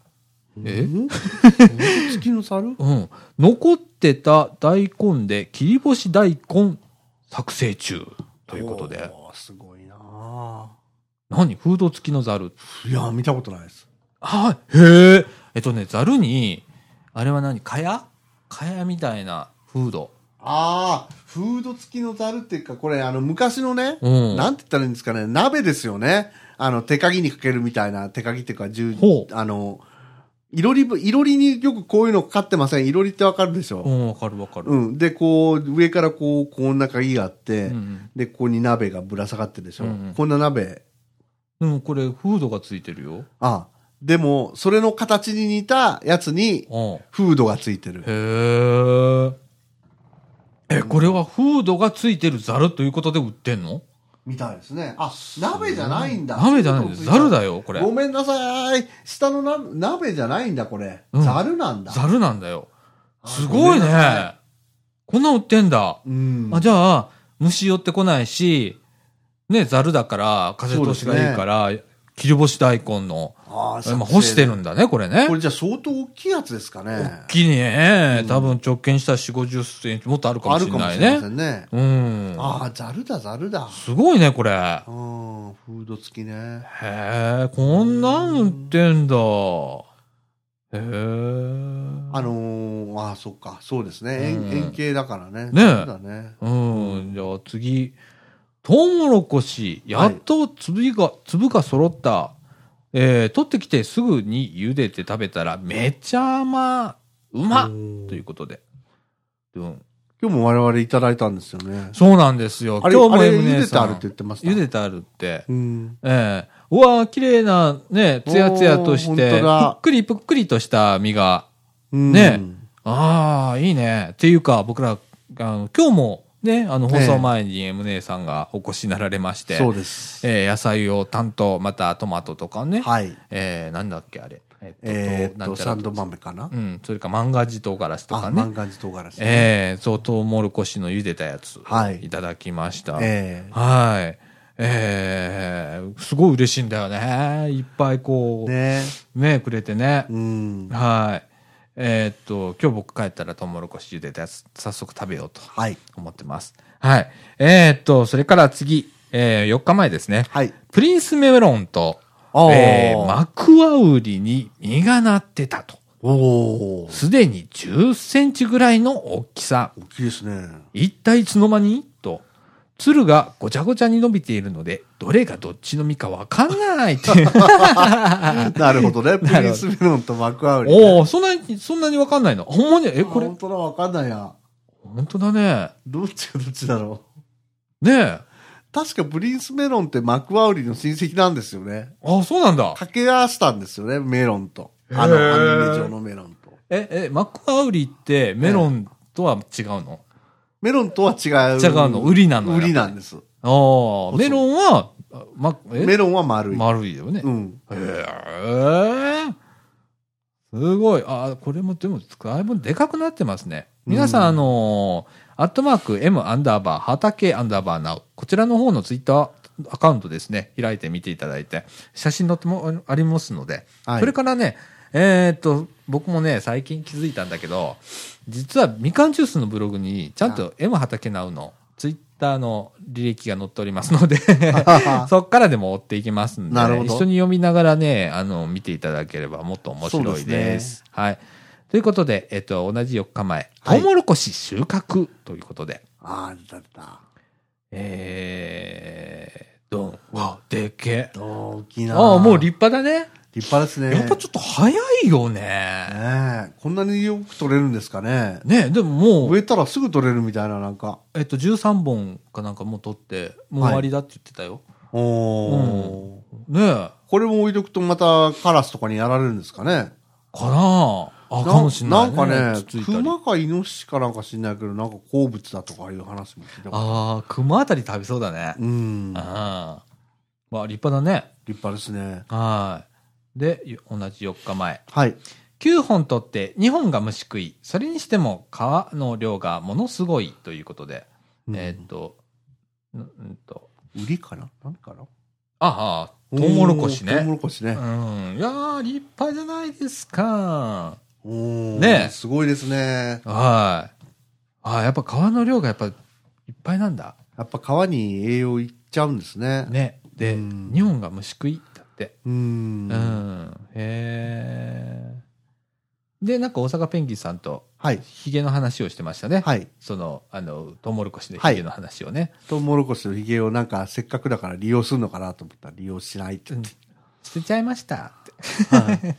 S1: え
S2: ん月の猿
S1: うん。残ってた大根で切り干し大根作成中。 ということで。
S2: おーすごいなあ
S1: 何フード付きのザル。
S2: いや、見たことないです。
S1: はい。へえ。えっとね、ザルに、あれは何かやかやみたいなフード。
S2: ああ、フード付きのザルっていうか、これ、あの、昔のね、
S1: うん
S2: なんて言ったらいいんですかね、鍋ですよね。あの、手鍵にかけるみたいな、手鍵っていうか、十
S1: ほう
S2: あの、いろり、いろりによくこういうのかかってません。いろりってわかるでし
S1: う
S2: ょ。
S1: ん、わかるわかる。
S2: うん、で、こう、上からこう、こんな鍵があって、
S1: うん
S2: で、ここに鍋がぶら下がってるでしょ。
S1: うんうん
S2: こんな鍋。
S1: うん、これ、フードがついてるよ。
S2: ああでも、それの形に似たやつに、
S1: うん。
S2: フードがついてる。
S1: へえ。え、これはフードがついてるザルということで売ってんの
S2: みたいですね。あ、鍋じゃないんだ。
S1: 鍋じゃないんだよ。ザルだよ、これ。
S2: ごめんなさい。下のな鍋じゃないんだ、これ。
S1: うん
S2: ざるなんだ。
S1: ザルなんだよ。
S2: あ
S1: すごい
S2: ごめんな
S1: ね
S2: さ。
S1: こんなん売ってんだ。
S2: うん。
S1: あじゃあ、虫寄ってこないし、ね、ざるだから、風通しがいいから、切り干し大根の、
S2: あー
S1: 今干してるんだね、これね
S2: こ。れじゃあ相当大きいやつですかね
S1: 大。きいね
S2: う。ん
S1: 多分直径にしたら4、50センチ、もっとあるか
S2: あ
S1: も
S2: る
S1: し
S2: か
S1: れ
S2: も
S1: な
S2: し
S1: い
S2: れま
S1: ね。
S2: せんね。
S1: うん。
S2: ああ、ざるだ、ざるだ。
S1: すごいね、これ
S2: う。ん、フード付きね。
S1: へえ、こんなん売ってんだ。へえ。
S2: あのー、ああ、そっか、そうですね。
S1: うん
S2: 円円形だからね。
S1: ね
S2: そうだね。
S1: うん、じゃあ次。トウモロコシ、やっと粒が、粒が揃った。えー取ってきてすぐに茹でて食べたらめちゃ甘、うま
S2: う
S1: っ
S2: ん
S1: ということで。うん。
S2: 今日も我々いただいたんですよね。
S1: そうなんですよ。
S2: あれ、
S1: 今日
S2: あ
S1: も
S2: れ
S1: M
S2: 茹
S1: 姉
S2: でて
S1: さ
S2: あ
S1: ん
S2: るって言ってました。
S1: 茹でてあるって。
S2: うん。
S1: ええうわー綺麗な、ね、つやつやとし
S2: おー
S1: て、
S2: 本当だ
S1: ぷっくりぷっくりとした実が
S2: うん
S1: ねああ、いいね。っていうか、僕ら、あの、今日も、ね、あの、放
S2: ええ
S1: 送前に M 姉さんがお越しになられまして、
S2: そうです。
S1: えー野菜を担当、またトマトとかね、
S2: はい。
S1: えーなんだっけ、あれ。え
S2: えーっと、
S1: ちゃ
S2: サ
S1: ら
S2: ンド豆かな
S1: うん、それかマンガジトウガラシと
S2: あ、
S1: か
S2: マ
S1: ね
S2: ン。ガンジ唐辛子ね。
S1: えー、そう、トウモロコシの茹でたやつ、
S2: はい
S1: いただきました。
S2: ええ
S1: はい。えー、すごい嬉しいんだよね。いっぱいこう、ね、
S2: ね
S1: くれてね。
S2: うん。
S1: はい。えーっと、今日僕帰ったらトウモロコシ茹でたやつ、早速食べようと
S2: はい。
S1: 思ってます。はい。えーっと、それから次、え4日前ですね。
S2: はい。
S1: プリンスメロンと、
S2: あー
S1: えーマクワウリに実がなってたと。
S2: おお。
S1: すでに10センチぐらいの大きさ。
S2: 大きいですね。
S1: 一体いつの間にと。鶴がごちゃごちゃに伸びているので、どれがどっちの実かわかんないって。
S2: なるほどね。プリンスメロンとマクアウリ、ね。
S1: おお、そんなに、そんなにわかんないの。ほんまに、え、これ
S2: あ、本当だ、わかんないや。
S1: 本当だね。
S2: どっちがどっちだろう。
S1: ねえ。
S2: 確かプリンスメロンってマクアウリの親戚なんですよね。
S1: あ、そうなんだ。
S2: 掛け合わせたんですよね、メロンと。あ
S1: へ
S2: の、
S1: ー
S2: アニメ上のメロンと。
S1: え、え、マクアウリってメロンとは違うの、
S2: メロンとは違う。
S1: 違うの売りなのやっ
S2: 売
S1: ぱり
S2: りなんです。
S1: ああ、メロンは、あま、え
S2: メロンは丸い。
S1: 丸いよね。
S2: うん。
S1: へえ。すごい。あ、これもでも、だいぶでかくなってますね。皆さん、
S2: うん
S1: あのーアットマーク M アンダーバー、畑アンダーバーナウ。こちらの方のツイッターアカウントですね。開いてみていただいて。写真載ってもありますので。
S2: はい
S1: それからね、えーっと、僕もね、最近気づいたんだけど、実はみかんジュースのブログに、ちゃんと M 畑ナウのツイッターの履歴が載っておりますので、 そっからでも追っていきますんで、
S2: なるほど
S1: 一緒に読みながらね、あの、見ていただければもっと面白い
S2: そうで
S1: ですす。はい。ということで、えっと、同じ4日前、ト
S2: は
S1: ウ
S2: い
S1: モロコシ収穫ということで、
S2: ああ、出た出た。
S1: えー、ドンはでけ。
S2: 大きな。
S1: ああ、もう立派だね。
S2: 立派ですね。
S1: やっぱちょっと早いよね。
S2: ねえこんなによく取れるんですかね。
S1: ねでももう、
S2: 植えたらすぐ取れるみたいな、なんか。
S1: えっと、13本かなんかもう取って、もう終わりだって言ってたよ。
S2: おお、
S1: ねえ。か
S2: これも置いとくとまたカラスとかにやられるんですかね。
S1: なあ。あ、かもしんない、ね。
S2: んかね
S1: つつい、たり
S2: 熊かイノシシかなんか知んないけど、なんか好物だとかいう話も聞いたことあ
S1: ああ、熊あたり食べそうだね。
S2: るうん。立
S1: ああ。まあ、立派だね。
S2: 派ですね。
S1: はい。で、よ同じ4日前。
S2: はい。
S1: 9本取って2本が虫食い。それにしても皮の量がものすごいということで。えーっと、んうんと。
S2: 売りかな何かな
S1: ああ、トウモロコシ
S2: おートウモ
S1: ね。
S2: ロコシ
S1: う
S2: ね。
S1: ん。いやー、立派じゃないですか。
S2: おー
S1: ねえ
S2: すごいですね。
S1: はい。ああ、やっぱ皮の量がやっぱいっぱいなんだ。
S2: やっぱ川に栄養いっちゃうんですね。
S1: ね。で、
S2: うん
S1: 2本が虫食いだって。
S2: う。
S1: うんん。へえ。で、なんか大阪ペンギンさんと
S2: はい。
S1: ヒゲの話をしてましたね。
S2: はい。
S1: その、あの、トウモロコシの
S2: はい
S1: ヒゲの話をね。
S2: トウモロコシのヒゲをなんかせっかくだから利用するのかなと思ったら利用しないって
S1: う。ん捨てちゃいましたって。
S2: はい。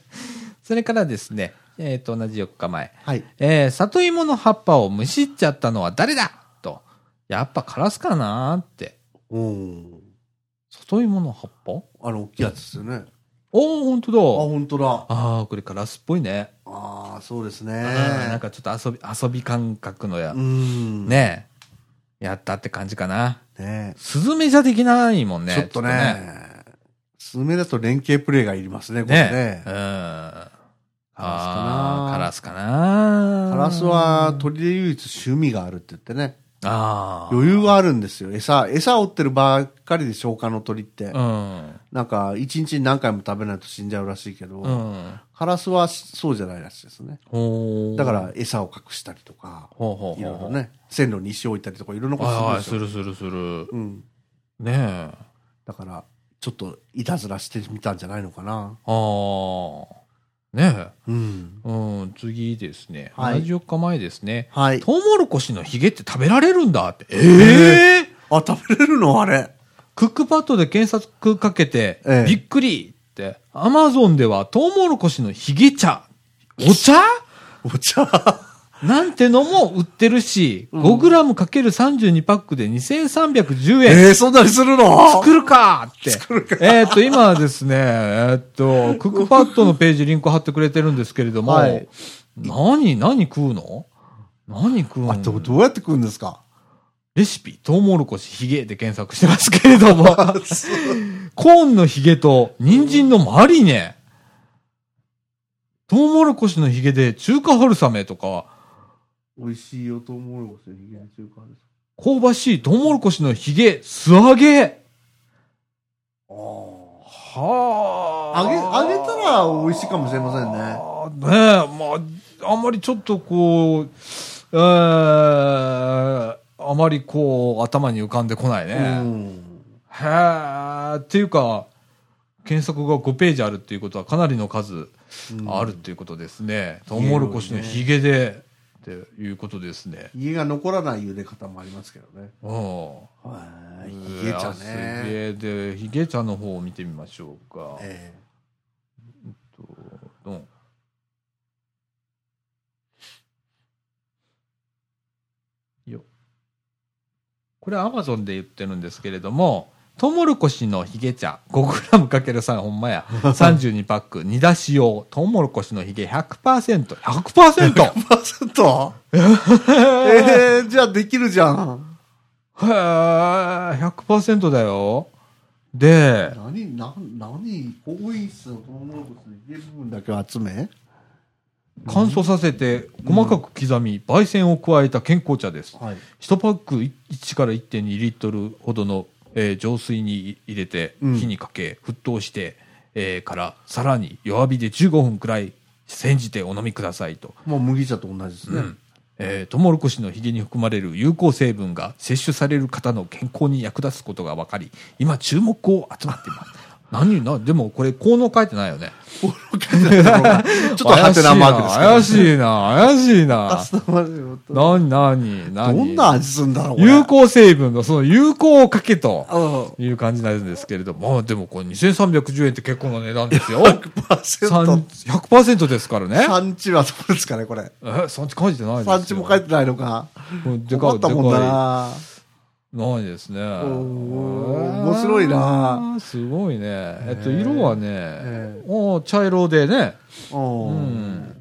S1: それからですね、えっ、と、同じ4日前。
S2: はい。
S1: えー里芋の葉っぱをむしっちゃったのは誰だと。やっぱカラスかなーって。
S2: おー
S1: 里芋の葉っぱお
S2: あの、大きいやつですよね。
S1: おほんとだ。
S2: あ、本当だ。
S1: ああー、これカラスっぽいね。
S2: ああ、そうですね。
S1: うんなんかちょっと遊び、遊び感覚のや
S2: う、ん。ね
S1: ねえやったって感じかな。
S2: ね
S1: スズメじゃできないもんね。
S2: ちょっとね、スズメだと連携プレーがいりますね、これ
S1: ね
S2: ね。
S1: え。うん。あ
S2: カラスか
S1: あ
S2: な
S1: ーカラスかな
S2: カラスは、鳥で唯一趣味があるって言ってね、
S1: ああ。
S2: 余裕があるんですよ。餌、餌を追ってるばっかりで消化の鳥って。
S1: うん。
S2: なんか、一日に何回も食べないと死んじゃうらしいけど、
S1: うん。
S2: カラスはそうじゃないらしいですね。
S1: ほー
S2: だか、ら、餌を隠したりとか、
S1: ほうほうほう。
S2: いろいろ。ね、線路に石を置いたりとか、いろんなことす
S1: は
S2: るん
S1: いは
S2: で
S1: い、
S2: す
S1: す
S2: よ。
S1: るするする。
S2: うん。
S1: ねえ。あ
S2: だから、ちょっと、いたずらしてみたんじゃないのかな。
S1: あー。ね
S2: うん。
S1: え。うん、次ですね。
S2: はい
S1: 74日前ですね。
S2: はい。
S1: トウモロコシのヒゲって食べられるんだって。ええ
S2: あ、食べれるのあれ。
S1: クックパッドで検索かけて
S2: ええ、
S1: びっくりって。アマゾンではトウモロコシのヒゲ茶。お茶
S2: お茶。
S1: なんてのも売ってるし、5グラムかける32パックで2310円。
S2: えー、そんなにするの
S1: 作るかって。えーっと、今はですね、えーっと、クックパッドのページリンク貼ってくれてるんですけれども、
S2: はい
S1: 何、何食うの何食う
S2: あ、でも
S1: の
S2: どうやって食うんですか
S1: レシピ、トウモロコシ、ヒゲで検索してますけれども、コーンのヒゲと人参のマリネ、トウモロコシのヒゲで中華春雨とか、
S2: 美味しいよと思うよ、ヒゲ中華です。
S1: 香ばしいトウモロコシのヒゲ、素揚げ。
S2: あ
S1: は
S2: あ。揚げ、揚げたら美味しいかもしれませんね。
S1: あーねえ、まあ、あんまりちょっとこう、えー、あまりこう、頭に浮かんでこないね。
S2: うん。
S1: へーっていうか、検索が5ページあるっていうことはかなりの数
S2: うん
S1: あるっていうことですね。トウモロコシのヒゲで、っていうことですね。
S2: 家が残らない茹で方もありますけどね。
S1: うん。
S2: はい。ヒ
S1: ヒ
S2: ゲ
S1: ゲ
S2: 茶
S1: 茶
S2: ね。
S1: で、ヒゲ茶の方を見てみましょうか。
S2: え
S1: と、うん。よ。これアマゾンで言ってるんですけれども、トウモロコシのヒゲ茶 5g×3 ほんまや32パック煮出し用トウモロコシのヒゲ 100%100%! 100%?
S2: え。パスとえー、じゃあできるじゃん。
S1: へー !100% だよ。で、
S2: 何、何、何、高品質のトウモロコシのヒゲ部分だけを集め
S1: 乾燥させて細かく刻み、焙煎を加えた健康茶です。
S2: はい。
S1: 1パック1から1.2リットルほどの、えー浄水に入れて
S2: うん
S1: 火にかけ、沸騰して、えーからさらに弱火で15分くらい煎じてお飲みくださいと、
S2: まあ麦茶と同じですね。
S1: えートウモロコシのヒゲに含まれる有効成分が摂取される方の健康に役立つことが分かり今注目を集まっています何な、でもこれ、効能書いてないよね。
S2: ちょっとハテナマークですけど
S1: 怪しいな、怪しい な。
S2: カスタマイズの
S1: な
S2: 音
S1: になになに
S2: どんな味すんだろうこれ
S1: 有効成分のその有効をかけと
S2: うん
S1: いう感じなんですけれども、まあでもこれ2310円って結構な値段ですよ。
S2: 100%。
S1: 100%ですからね。
S2: 産地はどうですかね、これ。
S1: え、産地書いてないですよ。
S2: 産地も書いてないのか。
S1: うんでか
S2: 困
S1: い、
S2: った
S1: で
S2: もん
S1: か
S2: だな。
S1: い。ないですね。
S2: ん面白いな
S1: あー。すごいね。えっと、色はね
S2: え、
S1: おー茶色でね、
S2: う。
S1: うんん。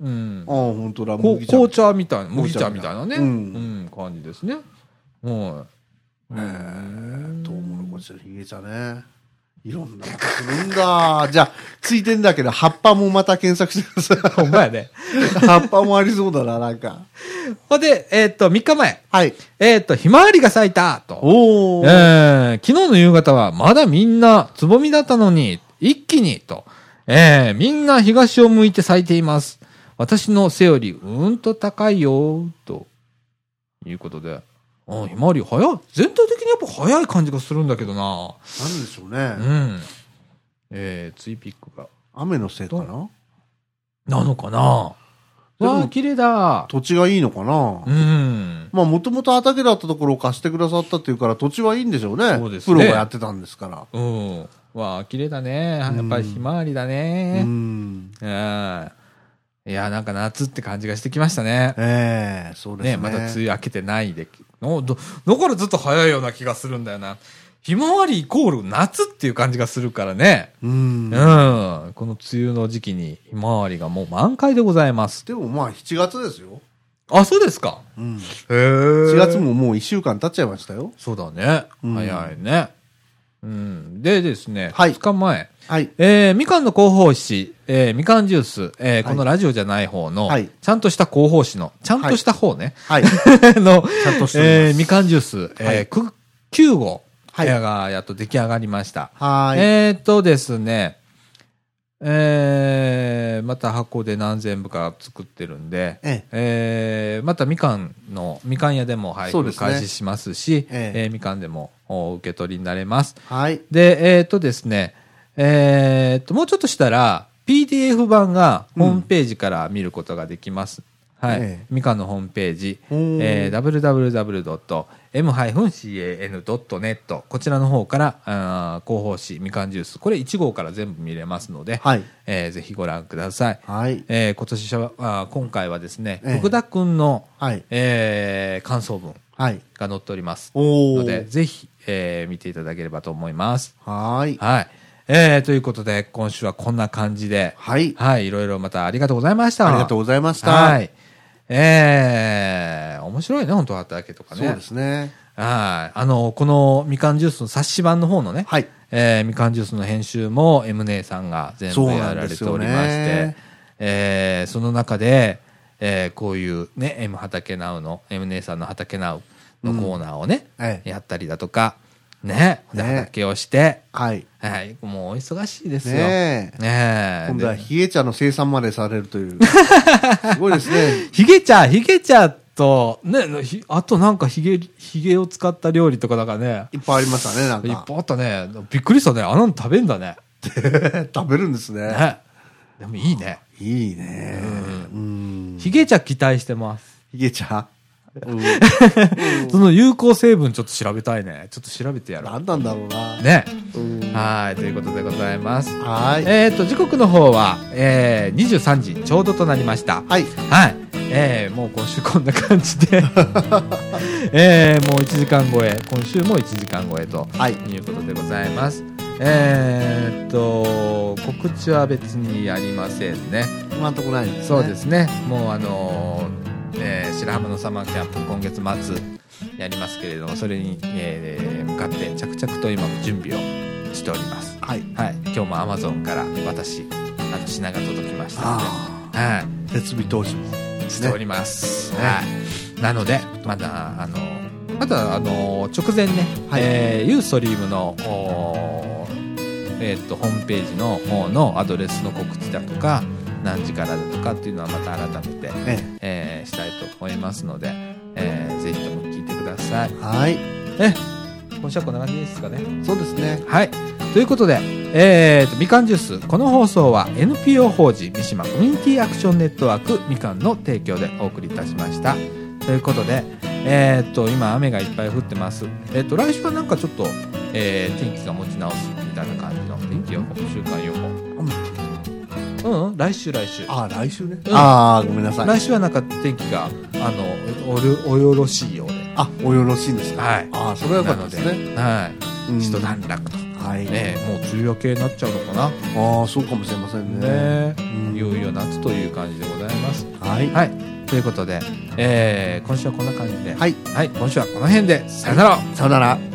S1: うん。
S2: ああ、本当だ。
S1: こ
S2: 麦茶
S1: 紅茶みたいな、麦茶みたいなね、う
S2: うんん、
S1: 感じですね。は
S2: ねえ、トウモロコシのヒゲ茶ね。いろんなのするんだ。 じゃあ、ついてんだけど、葉っぱもまた検索してくだ
S1: い。
S2: さ
S1: ほんまやね。
S2: い。 葉っぱもありそうだな、なんか。
S1: ほんで、えーっと、3日前、
S2: はい。
S1: えーっと、ひまわりが咲いたと。
S2: お
S1: え
S2: ー。
S1: ー、昨日の夕方は、まだみんな、つぼみだったのに、一気に、と。えー、みんな東を向いて咲いています。私の背より、うーんと高いよ、と。いうことで。あ、ひまわり早い。全体的にやっぱ早い感じがするんだけどな。
S2: なんでしょう
S1: う
S2: ね。
S1: ん。えー、ツイピックが。
S2: 雨のせいかな
S1: なのかな
S2: でも
S1: わあ、綺麗だ。
S2: 土地がいいのかな
S1: うん。
S2: まあ、もともと畑だったところを貸してくださったっていうから、土地はいいんでしょうね。
S1: そうですね
S2: プロがやってたんですから。
S1: うん。わあ、綺麗だね。やっぱりひまわりだ
S2: う
S1: ね。
S2: ん。
S1: うん。いやー、なんか夏って感じがしてきましたね。
S2: ええそうですね。
S1: ね、まだ梅雨明けてないで。のど、だからずっと早いような気がするんだよな。ひまわりイコール夏っていう感じがするからね。
S2: うん
S1: う。ん。この梅雨の時期にひまわりがもう満開でございます。
S2: でもまあ、7月ですよ。
S1: あ、そうですか。
S2: う
S1: へ
S2: ん。
S1: 4
S2: 4月ももう1週間経っちゃいましたよ。
S1: そうだね。
S2: うん
S1: 早いね。うん。でですね、
S2: はい
S1: 2日前、
S2: はい。
S1: えー、みかんの広報誌、えー、みかんジュース、えー、
S2: い
S1: このラジオじゃない方の、
S2: はい
S1: ちゃんとした広報誌の、ちゃんとした方ね、
S2: はい。
S1: の、
S2: ちゃんとしております
S1: えー、みかんジュース、えー
S2: はい
S1: く9号、
S2: はい
S1: がやっと出来上がりました。
S2: はーい。
S1: えー、っとですね、えー、また箱で何千部か作ってるんで、
S2: ええ
S1: えーまたみかんの、みかん屋でも配
S2: そう
S1: 布
S2: ですね
S1: 開始しますし、
S2: え
S1: え
S2: え
S1: ーみかんでもお受け取りになれます。
S2: はい。
S1: で、えー、っとですね、えー、っと、もうちょっとしたら、PDF 版がホームページから見ることができます。はい、
S2: ええ
S1: みかんのホームページ、
S2: おー
S1: えー www.m-can.net こちらの方から、あー広報誌みかんジュース、これ1号から全部見れますので、
S2: はい。
S1: えーぜひご覧ください。
S2: はい。
S1: えー今年はあー、今回はですね、
S2: ええ
S1: 福田くんの、
S2: はい。
S1: えー感想文
S2: はい。
S1: が載っております
S2: お
S1: ので、
S2: ー。
S1: ぜひ、えー見ていただければと思います。
S2: はーい。
S1: はい。えー、ということで、今週はこんな感じで、
S2: はい。
S1: はい、いろいろまたありがとうございました。
S2: ありがとうございまし
S1: は
S2: た。
S1: い。えー、面白いね、本当働けとかね。
S2: そうですね。
S1: はい。あの、このみかんジュースの冊子版の方のね、
S2: はい。
S1: えーみかんジュースの編集も M 姉さんが全部
S2: そう
S1: や
S2: なん
S1: ら
S2: で
S1: れ
S2: す
S1: て
S2: よ
S1: おり
S2: ね
S1: まして、えーその中で、えーこういうね、M 畑ナウの、M 姉さんの畑ナウのコーナーをね、
S2: ええ
S1: やったりだとか、ね、で
S2: ね
S1: 畑をして、
S2: はい。
S1: はい、もうお忙しいですよ。ね
S2: ねえ。
S1: え。
S2: 今度は
S1: で
S2: 冷え茶の生産までされる という。すごいですね。
S1: ひげ茶、ひげ茶と、ね、ひあとなんかひげ、ひげを使った料理とかなんかね、
S2: いっぱいありましたね、なん
S1: いっ
S2: か。
S1: ぱいあったね。びっくりしたね。あんなの食べんだね。
S2: 食べるんですね。
S1: ね。でもいいね。
S2: いいね。うん。
S1: ひげ茶期待してます。
S2: ヒゲ茶。うん。
S1: その有効成分ちょっと調べたいね。ちょっと調べてやろ
S2: 何なんだろうな。
S1: う。ね。
S2: うん。
S1: はい、ということでございます。
S2: はい。
S1: えっ、と、時刻の方は、えー、23時ちょうどとなりました。
S2: はい。
S1: はい。えー、もう今週こんな感じ で、えー、もう1時間超え、今週も1時間超えと
S2: はい。
S1: いうことでございます。えー、っと、告知は別にありませんね。
S2: 今んとこないですね。
S1: そうですね、もうあのーえー白浜のサマーキャンプ、今月末やりますけれども、それに、えー向かって着々と今、準備をしております。
S2: はい。
S1: はい、今日も Amazon から私、あの品が届きましたの
S2: あ
S1: で、は
S2: あ。設備投資も。
S1: い、しております。
S2: ね
S1: はい、なので、まだ、あのまだ、あの直前ね、
S2: はい
S1: えーユーストリームの、おーえーっとホームページの方のアドレスの告知だとか、何時からだとかっていうのはまた改めて
S2: え
S1: えーしたいと思いますので、えーぜひとも聞いてください
S2: え。。はい。
S1: え、今週はこんな感じですかね。
S2: そうですね。
S1: はい。ということで、えーとみかんジュースこの放送は NPO 法人三島コミュニティアクションネットワークみかんの提供でお送りいたしましたということで、えーと今雨がいっぱい降ってます、えー、と来週はなんかちょっと、えー天気が持ち直すみたいな感じの天気予報週間予報うん、うん、来週来週
S2: ああ、来週ね。
S1: うん
S2: ああ、ごめんなさい。
S1: 来週はなんか天気があのおるおよろしいようで
S2: あ、およろしいんですか。
S1: はい
S2: ああ、それはよかったです
S1: な
S2: ね。
S1: のではい
S2: うん
S1: 一段落と、
S2: はい。
S1: ねもう梅雨明けになっちゃうのかな
S2: ああ、そうかもしれませんね。
S1: ね、
S2: うん
S1: いよいよ夏という感じでございます。
S2: はい。
S1: はい、ということで、えー今週はこんな感じで、
S2: はい。
S1: はい、今週はこの辺で、さよなら
S2: さよなら。